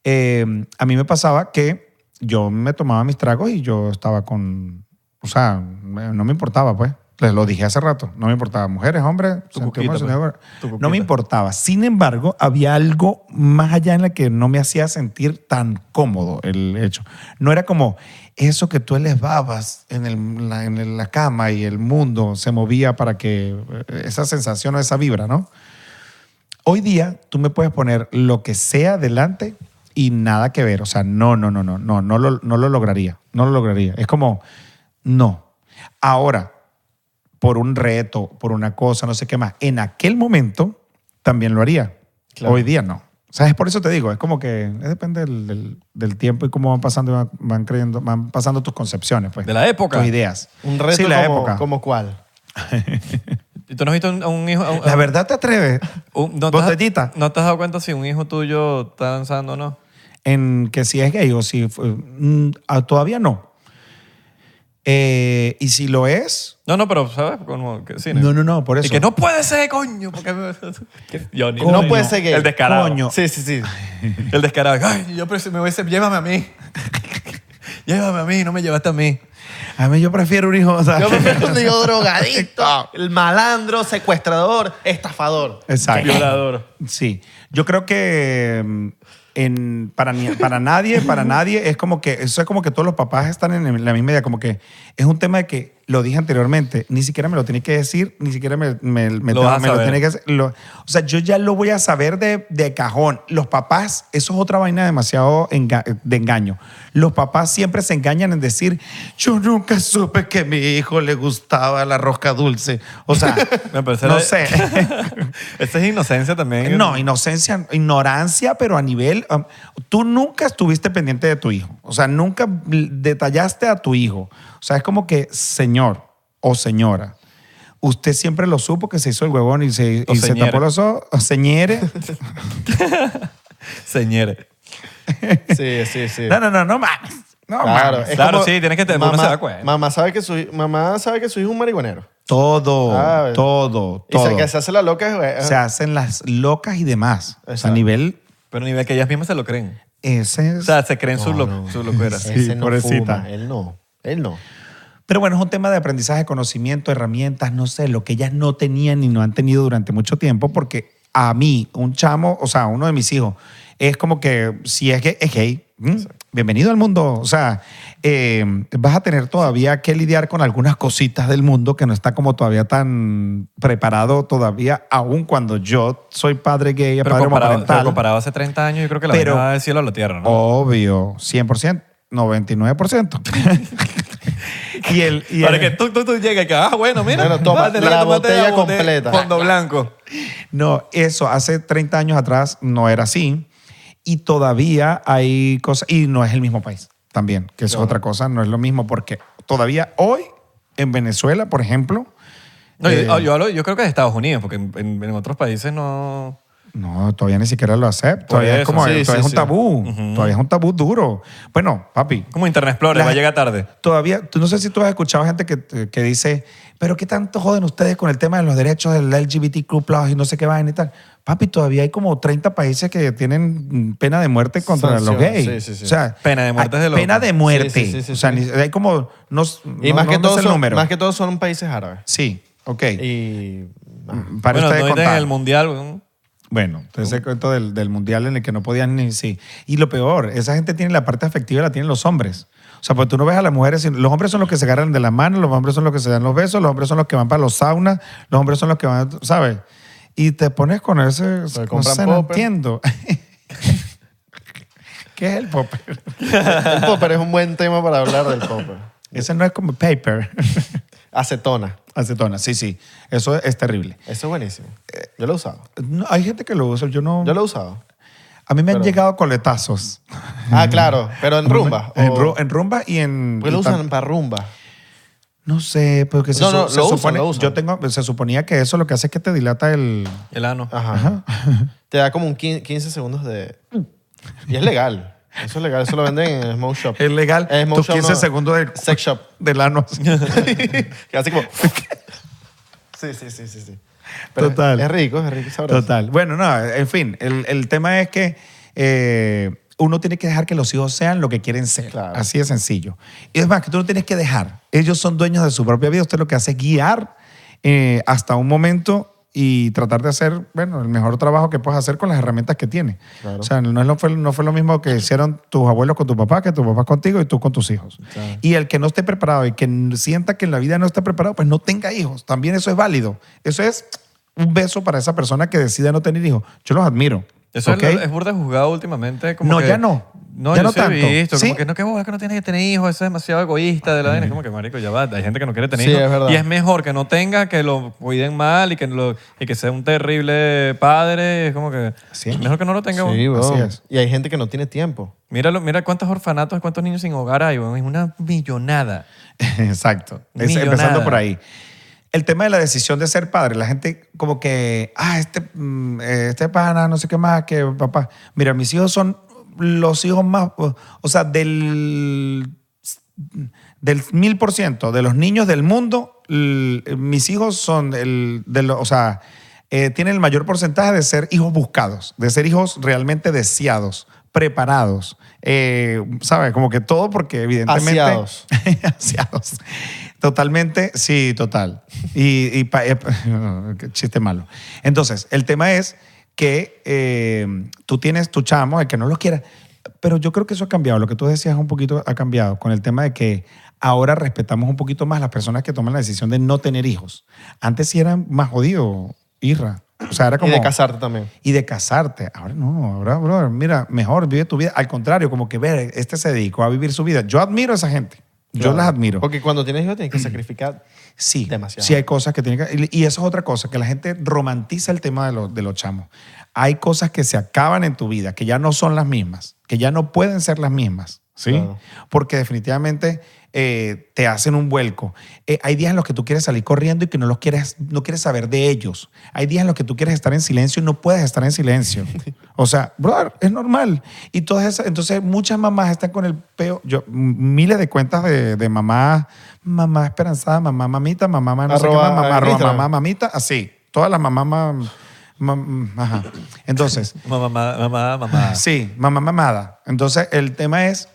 [SPEAKER 1] eh, a mí me pasaba que yo me tomaba mis tragos y yo estaba con, o sea, me- no me importaba, pues. Les lo dije hace rato, no me importaba. Mujeres, hombres,
[SPEAKER 2] Tu
[SPEAKER 1] sentimos,
[SPEAKER 2] cuquita,
[SPEAKER 1] sentimos-
[SPEAKER 2] pues. Tu cuquita.
[SPEAKER 1] no me importaba. Sin embargo, había algo más allá en la que no me hacía sentir tan cómodo el hecho. No era como eso que tú elevabas en, el- en la, en la cama y el mundo se movía para que eh, esa sensación o esa vibra, ¿no? Hoy día tú me puedes poner lo que sea delante y nada que ver. O sea, no, no, no, no, no, no lo, no lo lograría. No lo lograría. Es como, no. Ahora, por un reto, por una cosa, no sé qué más, en aquel momento también lo haría.
[SPEAKER 3] Claro.
[SPEAKER 1] Hoy día no. ¿Sabes? Por eso te digo, es como que eh, depende del, del- del tiempo y cómo van pasando, y van, van creyendo, van pasando tus concepciones, pues.
[SPEAKER 2] De la época.
[SPEAKER 1] Tus ideas.
[SPEAKER 3] Un reto
[SPEAKER 1] Sí, la
[SPEAKER 3] como,
[SPEAKER 1] época.
[SPEAKER 3] como cuál.
[SPEAKER 2] ¿Y tú no has visto un, a un hijo? a un-
[SPEAKER 1] La verdad te
[SPEAKER 3] (laughs)
[SPEAKER 1] atreves
[SPEAKER 2] un- no te has-
[SPEAKER 1] Botellita.
[SPEAKER 2] ¿No te has dado cuenta si un hijo tuyo está danzando o no?
[SPEAKER 1] en que si es gay o si fue- mm, ah, todavía no. Eh, y si lo es,
[SPEAKER 2] No, no, pero ¿sabes? Como que sí,
[SPEAKER 1] no, no, no, por eso.
[SPEAKER 2] Y que no puede ser, coño. Porque (laughs) me- que- yo ni-
[SPEAKER 1] Coño.
[SPEAKER 3] No puede ser gay.
[SPEAKER 2] El descarado.
[SPEAKER 1] Coño.
[SPEAKER 3] Sí, sí, sí.
[SPEAKER 2] El descarado. Ay, yo pero si me hubiese... Llévame a mí. (laughs) llévame a mí, no me llevaste a mí.
[SPEAKER 1] A mí yo prefiero un hijo. o sea,
[SPEAKER 3] Yo me fui contigo drogadicto, el malandro, secuestrador, estafador.
[SPEAKER 1] (laughs) Exacto.
[SPEAKER 2] Violador. (laughs)
[SPEAKER 1] Sí. Yo creo que mm, en, para, ni- para
[SPEAKER 2] (laughs)
[SPEAKER 1] nadie, para nadie, es como que, eso es como que todos los papás están en la misma idea, como que es un tema de que lo dije anteriormente, ni siquiera me lo tenés que decir, ni siquiera me, me- me-
[SPEAKER 2] Lo
[SPEAKER 1] me
[SPEAKER 2] vas a
[SPEAKER 1] lo
[SPEAKER 2] saber.
[SPEAKER 1] tenés que hacer. Lo- o sea, yo ya lo voy a saber de, de cajón. Los papás, eso es otra vaina demasiado enga- de engaño. Los papás siempre se engañan en decir, yo nunca supe que a mi hijo le gustaba la rosca dulce. O
[SPEAKER 2] (laughs)
[SPEAKER 1] sea,
[SPEAKER 2] Me parece
[SPEAKER 1] no
[SPEAKER 2] la-
[SPEAKER 1] sé.
[SPEAKER 2] (laughs) Esta es inocencia también.
[SPEAKER 1] No, inocencia, ignorancia, pero a nivel... um, tú nunca estuviste pendiente de tu hijo. O sea, nunca l- detallaste a tu hijo. O sea, es como que, señor o señora, usted siempre lo supo que se hizo el huevón y se,
[SPEAKER 2] O
[SPEAKER 1] y se
[SPEAKER 2] señere.
[SPEAKER 1] tapó los ojos, o señere.
[SPEAKER 2] Señere.
[SPEAKER 3] Sí, sí, sí.
[SPEAKER 1] no, no, no, no mames. No
[SPEAKER 3] Claro,
[SPEAKER 1] mames.
[SPEAKER 3] es
[SPEAKER 2] Claro,
[SPEAKER 3] como-
[SPEAKER 2] sí, tienes que te- uno
[SPEAKER 3] mamá,
[SPEAKER 2] se da cuenta.
[SPEAKER 3] Mamá sabe, que su, mamá sabe que su hijo es un marihuanero.
[SPEAKER 1] Todo,
[SPEAKER 3] Ah,
[SPEAKER 1] todo,
[SPEAKER 3] Y se,
[SPEAKER 1] todo.
[SPEAKER 3] que se hace la loca. eh,
[SPEAKER 1] Se hacen las locas y demás. O sea, a
[SPEAKER 3] Exacto.
[SPEAKER 1] nivel...
[SPEAKER 2] Pero ni ve que ellas mismas se lo creen.
[SPEAKER 1] Ese es-
[SPEAKER 2] O sea, se creen su, lo- su locura.
[SPEAKER 1] Sí.
[SPEAKER 3] ese no
[SPEAKER 1] pobrecita.
[SPEAKER 3] fuma, él no, él no.
[SPEAKER 1] Pero bueno, es un tema de aprendizaje, conocimiento, herramientas, no sé, lo que ellas no tenían y no han tenido durante mucho tiempo, porque a mí, un chamo, o sea, uno de mis hijos, es como que si es que es gay, mm, bienvenido al mundo. O sea, eh, vas a tener todavía que lidiar con algunas cositas del mundo que no está como todavía tan preparado todavía, aún cuando yo soy padre gay,
[SPEAKER 2] Pero
[SPEAKER 1] padre
[SPEAKER 2] comparado, pero
[SPEAKER 1] homoparental.
[SPEAKER 2] comparado hace 30 años, yo creo que la
[SPEAKER 1] Pero- Oh,
[SPEAKER 2] verdad del cielo a la tierra, ¿no?
[SPEAKER 1] Obvio, 100%, 99%. (laughs) y el, y
[SPEAKER 2] Para
[SPEAKER 1] el-
[SPEAKER 2] que tú, tú, tú llegues que, ah, bueno, mira.
[SPEAKER 3] Bueno, toma,
[SPEAKER 2] vas a tener
[SPEAKER 3] la
[SPEAKER 2] tomarte
[SPEAKER 3] botella
[SPEAKER 2] bote-
[SPEAKER 3] completa.
[SPEAKER 2] Fondo blanco.
[SPEAKER 1] No, eso hace 30 años atrás no era así y todavía hay cosas, y no es el mismo país también, que eso es otra cosa, no es lo mismo porque todavía hoy en Venezuela, por ejemplo,
[SPEAKER 2] No,
[SPEAKER 1] eh,
[SPEAKER 2] yo, yo hablo- yo creo que es de Estados Unidos, porque en, en- en otros países no...
[SPEAKER 1] no, todavía ni siquiera lo acepto,
[SPEAKER 2] Por
[SPEAKER 1] todavía es
[SPEAKER 2] eso,
[SPEAKER 1] como,
[SPEAKER 3] sí,
[SPEAKER 1] todavía
[SPEAKER 3] sí,
[SPEAKER 1] es un
[SPEAKER 3] sí.
[SPEAKER 1] tabú, todavía es un tabú duro. Bueno, papi,
[SPEAKER 2] Como Internet Explorer,
[SPEAKER 1] La-
[SPEAKER 2] va a llegar tarde.
[SPEAKER 1] todavía, tú no sé si tú has escuchado gente que, que dice, pero ¿qué tanto joden ustedes con el tema de los derechos del LGBTQ+, y no sé qué van y tal? Papi, todavía hay como 30 países que tienen mm, pena de muerte contra los
[SPEAKER 3] Sanciones,
[SPEAKER 1] gays.
[SPEAKER 3] sí, sí, sí.
[SPEAKER 1] O sea,
[SPEAKER 2] Pena de muerte
[SPEAKER 1] hay
[SPEAKER 2] es de loco.
[SPEAKER 1] Pena de muerte.
[SPEAKER 3] Sí, sí, sí, sí,
[SPEAKER 1] o sea,
[SPEAKER 3] sí.
[SPEAKER 1] ni- hay como... No, s-
[SPEAKER 3] Y
[SPEAKER 1] no-
[SPEAKER 3] más,
[SPEAKER 1] no-
[SPEAKER 3] que
[SPEAKER 1] no sé
[SPEAKER 3] todos
[SPEAKER 1] el
[SPEAKER 3] son,
[SPEAKER 1] número.
[SPEAKER 3] más que todos son países árabes.
[SPEAKER 1] Sí, ok.
[SPEAKER 3] Y ah,
[SPEAKER 1] Para
[SPEAKER 2] bueno,
[SPEAKER 1] ustedes
[SPEAKER 2] no ahorita en
[SPEAKER 1] contar.
[SPEAKER 2] el Mundial, weón.
[SPEAKER 1] Bueno, entonces ese cuento del, del mundial en el que no podían ni sí. Y lo peor, esa gente tiene la parte afectiva, la tienen los hombres. O sea, pues tú no ves a las mujeres, sino- los hombres son los que se agarran de la mano, los hombres son los que se dan los besos, los hombres son los que van para los saunas, los hombres son los que van, ¿sabes? Y te pones con ese, no
[SPEAKER 3] compran
[SPEAKER 1] sé, no
[SPEAKER 3] popper.
[SPEAKER 1] entiendo. (laughs) ¿Qué es el popper?
[SPEAKER 3] el popper es un buen tema para hablar del popper.
[SPEAKER 1] Ese no es como paper.
[SPEAKER 3] Acetona.
[SPEAKER 1] (laughs) Acetona, sí, sí. Eso es terrible.
[SPEAKER 3] Eso es buenísimo.
[SPEAKER 1] Eh.
[SPEAKER 3] Yo lo he usado.
[SPEAKER 1] No, hay gente que lo usa, yo no...
[SPEAKER 3] Yo lo he usado.
[SPEAKER 1] a mí me han
[SPEAKER 3] pero-
[SPEAKER 1] llegado coletazos.
[SPEAKER 3] Ah, claro. Pero en rumba.
[SPEAKER 1] En,
[SPEAKER 3] o-
[SPEAKER 1] ru- en rumba y en...
[SPEAKER 3] Porque lo
[SPEAKER 1] y tam-
[SPEAKER 3] usan para rumba.
[SPEAKER 1] No sé, porque se,
[SPEAKER 3] No,
[SPEAKER 1] su-
[SPEAKER 3] no,
[SPEAKER 1] se
[SPEAKER 3] lo usan,
[SPEAKER 1] supone,
[SPEAKER 3] lo usan.
[SPEAKER 1] yo tengo, pues, se suponía que eso lo que hace es que te dilata el...
[SPEAKER 2] el ano.
[SPEAKER 3] Ajá. (laughs) Te da como un 15 15 segundos de... Y es legal. Eso es legal. Eso lo venden en el Smoke Shop.
[SPEAKER 1] Es legal.
[SPEAKER 3] Eh, Smoke
[SPEAKER 1] Tus
[SPEAKER 3] Shop
[SPEAKER 1] 15
[SPEAKER 3] no,
[SPEAKER 1] segundos del,
[SPEAKER 3] Sex
[SPEAKER 1] (laughs)
[SPEAKER 3] Shop. (laughs)
[SPEAKER 1] del ano.
[SPEAKER 3] que
[SPEAKER 1] (laughs)
[SPEAKER 3] hace como... sí, sí, sí, sí. sí. Pero
[SPEAKER 1] Total.
[SPEAKER 3] Es rico, es rico y sabroso.
[SPEAKER 1] Total. Bueno, no, en fin, el, el tema es que eh, uno tiene que dejar que los hijos sean lo que quieren ser.
[SPEAKER 3] Claro.
[SPEAKER 1] Así de sencillo. Y es más, que tú no tienes que dejar. Ellos son dueños de su propia vida. Usted lo que hace es guiar eh, hasta un momento y tratar de hacer, bueno, el mejor trabajo que puedes hacer con las herramientas que tienes.
[SPEAKER 3] Claro.
[SPEAKER 1] O sea, no, es lo, fue, no fue lo mismo que hicieron tus abuelos con tu papá, que tu papá contigo y tú con tus hijos. Y el que no esté preparado y que n- sienta que en la vida no está preparado, pues no tenga hijos. También eso es válido. Eso es un beso para esa persona que decida no tener hijos. Yo los admiro.
[SPEAKER 2] Eso
[SPEAKER 1] ¿ok?
[SPEAKER 2] es, lo- es burda jugado últimamente. Como
[SPEAKER 1] No,
[SPEAKER 2] que-
[SPEAKER 1] ya no.
[SPEAKER 2] No,
[SPEAKER 1] Ya
[SPEAKER 2] yo
[SPEAKER 1] no
[SPEAKER 2] sí he
[SPEAKER 1] tanto.
[SPEAKER 2] visto.
[SPEAKER 1] ¿Sí?
[SPEAKER 2] Como que no, que boba, que no tienes que tener hijos. Eso es demasiado egoísta de la vaina. Es Como que, marico, ya va. Hay gente que no quiere tener
[SPEAKER 3] Sí,
[SPEAKER 2] hijos.
[SPEAKER 3] es verdad.
[SPEAKER 2] Y es mejor que no tenga, que lo cuiden mal y que, lo, y que sea un terrible padre. Es como que
[SPEAKER 1] Así es.
[SPEAKER 2] mejor que no lo tenga.
[SPEAKER 3] Sí,
[SPEAKER 2] weón.
[SPEAKER 1] Así
[SPEAKER 3] weón.
[SPEAKER 1] es.
[SPEAKER 3] Y hay gente que no tiene tiempo.
[SPEAKER 2] Míralo, mira cuántos orfanatos, cuántos niños sin hogar hay. weón. Es una millonada.
[SPEAKER 1] (laughs) Exacto. Es-
[SPEAKER 2] Millonada.
[SPEAKER 1] empezando por ahí. El tema de la decisión de ser padre, la gente como que, ah, este, mm, eh, este pana, no sé qué más, que papá. Mira, mis hijos son los hijos más, o o sea, del, del mil por ciento de los niños del mundo, l- mis hijos son, el, de lo- o sea, eh, tienen el mayor porcentaje de ser hijos buscados, de ser hijos realmente deseados, preparados, eh, ¿sabes? Como que todo porque evidentemente...
[SPEAKER 3] Aseados.
[SPEAKER 1] (laughs) Aseados. Totalmente, sí, total. Y, y pa- eh, (laughs) qué chiste malo. Entonces, el tema es que eh, tú tienes tu chamo, el que no los quiera. Pero yo creo que eso ha cambiado. Lo que tú decías un poquito ha cambiado con el tema de que ahora respetamos un poquito más las personas que toman la decisión de no tener hijos. Antes sí eran más jodidos, Irra. O sea, era como...
[SPEAKER 3] Y de casarte también.
[SPEAKER 1] y de casarte. Ahora no, ahora, brother, mira, mejor vive tu vida. Al contrario, como que ver, este se dedicó a vivir su vida. Yo admiro a esa gente. Yo
[SPEAKER 3] Claro.
[SPEAKER 1] las admiro.
[SPEAKER 3] Porque cuando tienes hijos tienes
[SPEAKER 1] (clears throat)
[SPEAKER 3] que sacrificar.
[SPEAKER 1] Sí,
[SPEAKER 3] Demasiado.
[SPEAKER 1] sí hay cosas que tienen que... Y eso es otra cosa, que la gente romantiza el tema de, los de los chamos. Hay cosas que se acaban en tu vida, que ya no son las mismas, que ya no pueden ser las mismas, ¿sí?
[SPEAKER 3] Claro.
[SPEAKER 1] Porque definitivamente eh, te hacen un vuelco. Eh, hay días en los que tú quieres salir corriendo y que no, los quieres, no quieres saber de ellos. Hay días en los que tú quieres estar en silencio y no puedes estar en silencio. O sea, brother, es normal. Y todas esas, entonces muchas mamás están con el peo. Yo, m- miles de cuentas de, de mamás, mamá esperanzada, mamá mamita, mamá mamá, Ah, no sé qué
[SPEAKER 3] Arroba,
[SPEAKER 1] más, mamá,
[SPEAKER 3] eh,
[SPEAKER 1] arroba,
[SPEAKER 3] Instagram.
[SPEAKER 1] mamá mamita, así. Todas las mamás, mam- mam- ajá. Entonces,
[SPEAKER 2] Mamá, mamá, mamá.
[SPEAKER 1] Sí, mamá mamada. Entonces, el tema es,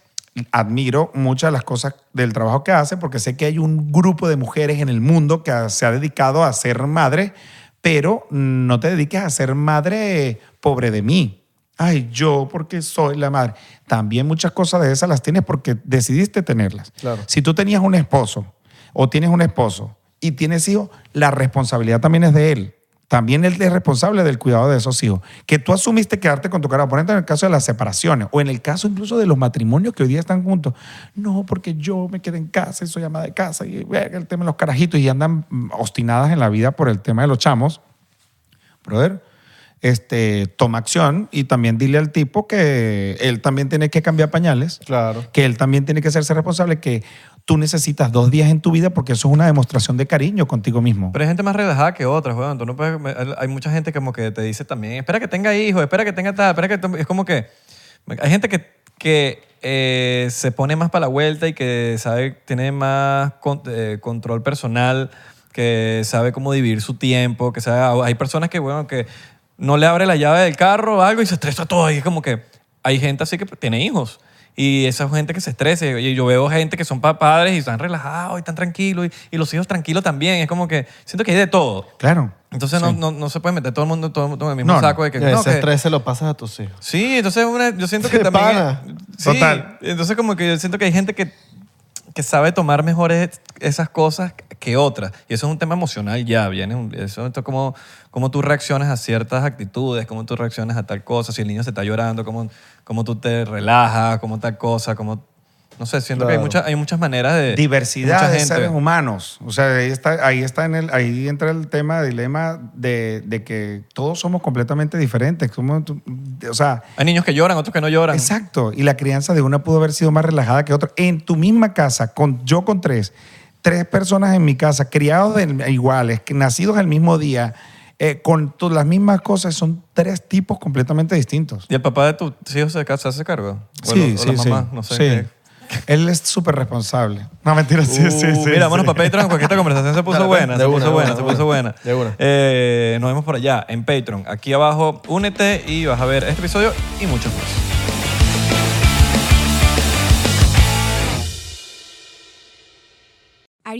[SPEAKER 1] admiro muchas de las cosas del trabajo que hace porque sé que hay un grupo de mujeres en el mundo que ha- se ha dedicado a ser madre, pero no te dediques a ser madre pobre de mí. Ay, yo porque soy la madre. También muchas cosas de esas las tienes porque decidiste tenerlas.
[SPEAKER 3] Claro.
[SPEAKER 1] Si tú tenías un esposo o tienes un esposo y tienes hijos, la responsabilidad también es de él. También él es responsable del cuidado de esos hijos. Que tú asumiste quedarte con tu cara. Por ejemplo, en el caso de las separaciones o en el caso incluso de los matrimonios que hoy día están juntos. No, porque yo me quedé en casa y soy ama de casa y verga, el tema de los carajitos y andan mm, obstinadas en la vida por el tema de los chamos brother, este, toma acción y también dile al tipo que él también tiene que cambiar pañales,
[SPEAKER 3] Claro.
[SPEAKER 1] que él también tiene que hacerse responsable, que tú necesitas dos días en tu vida porque eso es una demostración de cariño contigo mismo.
[SPEAKER 2] Pero hay gente más relajada que otras, weón. Tú no puedes- me- hay mucha gente como que te dice también, espera que tenga hijos, espera que tenga tal, espera que... tome-". Es como que... Hay gente que, que eh, se pone más para la vuelta y que sabe, tiene más con- eh, control personal, que sabe cómo dividir su tiempo, que sabe... Hay personas que, bueno, que no le abre la llave del carro o algo y se estresa todo. Y es como que hay gente así que tiene hijos. Y esa gente que se estresa. Y yo veo gente que son pa- padres y están relajados y están tranquilos. Y, y los hijos tranquilos también. Es como que siento que hay de todo.
[SPEAKER 1] Claro.
[SPEAKER 2] Entonces no, no, no se puede meter todo el mundo, todo el mundo en el mismo
[SPEAKER 1] No, no.
[SPEAKER 2] saco de que.
[SPEAKER 3] ese
[SPEAKER 2] no, que-
[SPEAKER 3] estrés se lo pasas a tus hijos.
[SPEAKER 2] Sí, entonces una-
[SPEAKER 1] (laughs)
[SPEAKER 2] yo siento que
[SPEAKER 3] De
[SPEAKER 2] también.
[SPEAKER 3] pana.
[SPEAKER 2] Sí,
[SPEAKER 1] Total.
[SPEAKER 2] Entonces, como que yo siento que hay gente que, que sabe tomar mejores esas cosas que otras. Y eso es un tema emocional ya, viene. un- Eso es como, como tú reaccionas a ciertas actitudes, cómo tú reaccionas a tal cosa, si el niño se está llorando, cómo, cómo tú te relajas, cómo tal cosa, cómo. No sé, siento que hay,
[SPEAKER 3] Claro.
[SPEAKER 2] muchas hay muchas maneras de.
[SPEAKER 1] Diversidad
[SPEAKER 2] Eh, mucha
[SPEAKER 1] de
[SPEAKER 2] gente.
[SPEAKER 1] seres humanos. O sea, ahí, está, ahí, está en el, ahí entra el tema, dilema de, de que todos somos completamente diferentes. Somos- o sea,
[SPEAKER 2] Hay niños que lloran, otros que no lloran.
[SPEAKER 1] Exacto. Y la crianza de una pudo haber sido más relajada que otra. En tu misma casa, con, yo con tres, tres personas en mi casa, criados del- iguales, que- nacidos el mismo día, eh, con to- las mismas cosas, son tres tipos completamente distintos.
[SPEAKER 2] ¿Y el papá de tus hijos se, ca- se hace cargo? O el- o la mamá, no sé.
[SPEAKER 1] Sí.
[SPEAKER 2] qué.
[SPEAKER 1] Él es súper responsable. No, mentira, (laughs) sí,
[SPEAKER 2] Uh,
[SPEAKER 1] sí, sí.
[SPEAKER 2] Mira,
[SPEAKER 1] sí.
[SPEAKER 2] vámonos para Patreon porque esta conversación se puso
[SPEAKER 3] Dale, pues.
[SPEAKER 2] buena,
[SPEAKER 3] de
[SPEAKER 2] se
[SPEAKER 3] una,
[SPEAKER 2] puso
[SPEAKER 3] de
[SPEAKER 2] buena,
[SPEAKER 3] una,
[SPEAKER 2] se
[SPEAKER 3] de
[SPEAKER 2] puso
[SPEAKER 3] una.
[SPEAKER 2] buena.
[SPEAKER 3] De una.
[SPEAKER 2] Eh, nos vemos por allá en Patreon. Aquí abajo, únete y vas a ver este episodio y muchos más.
[SPEAKER 4] Are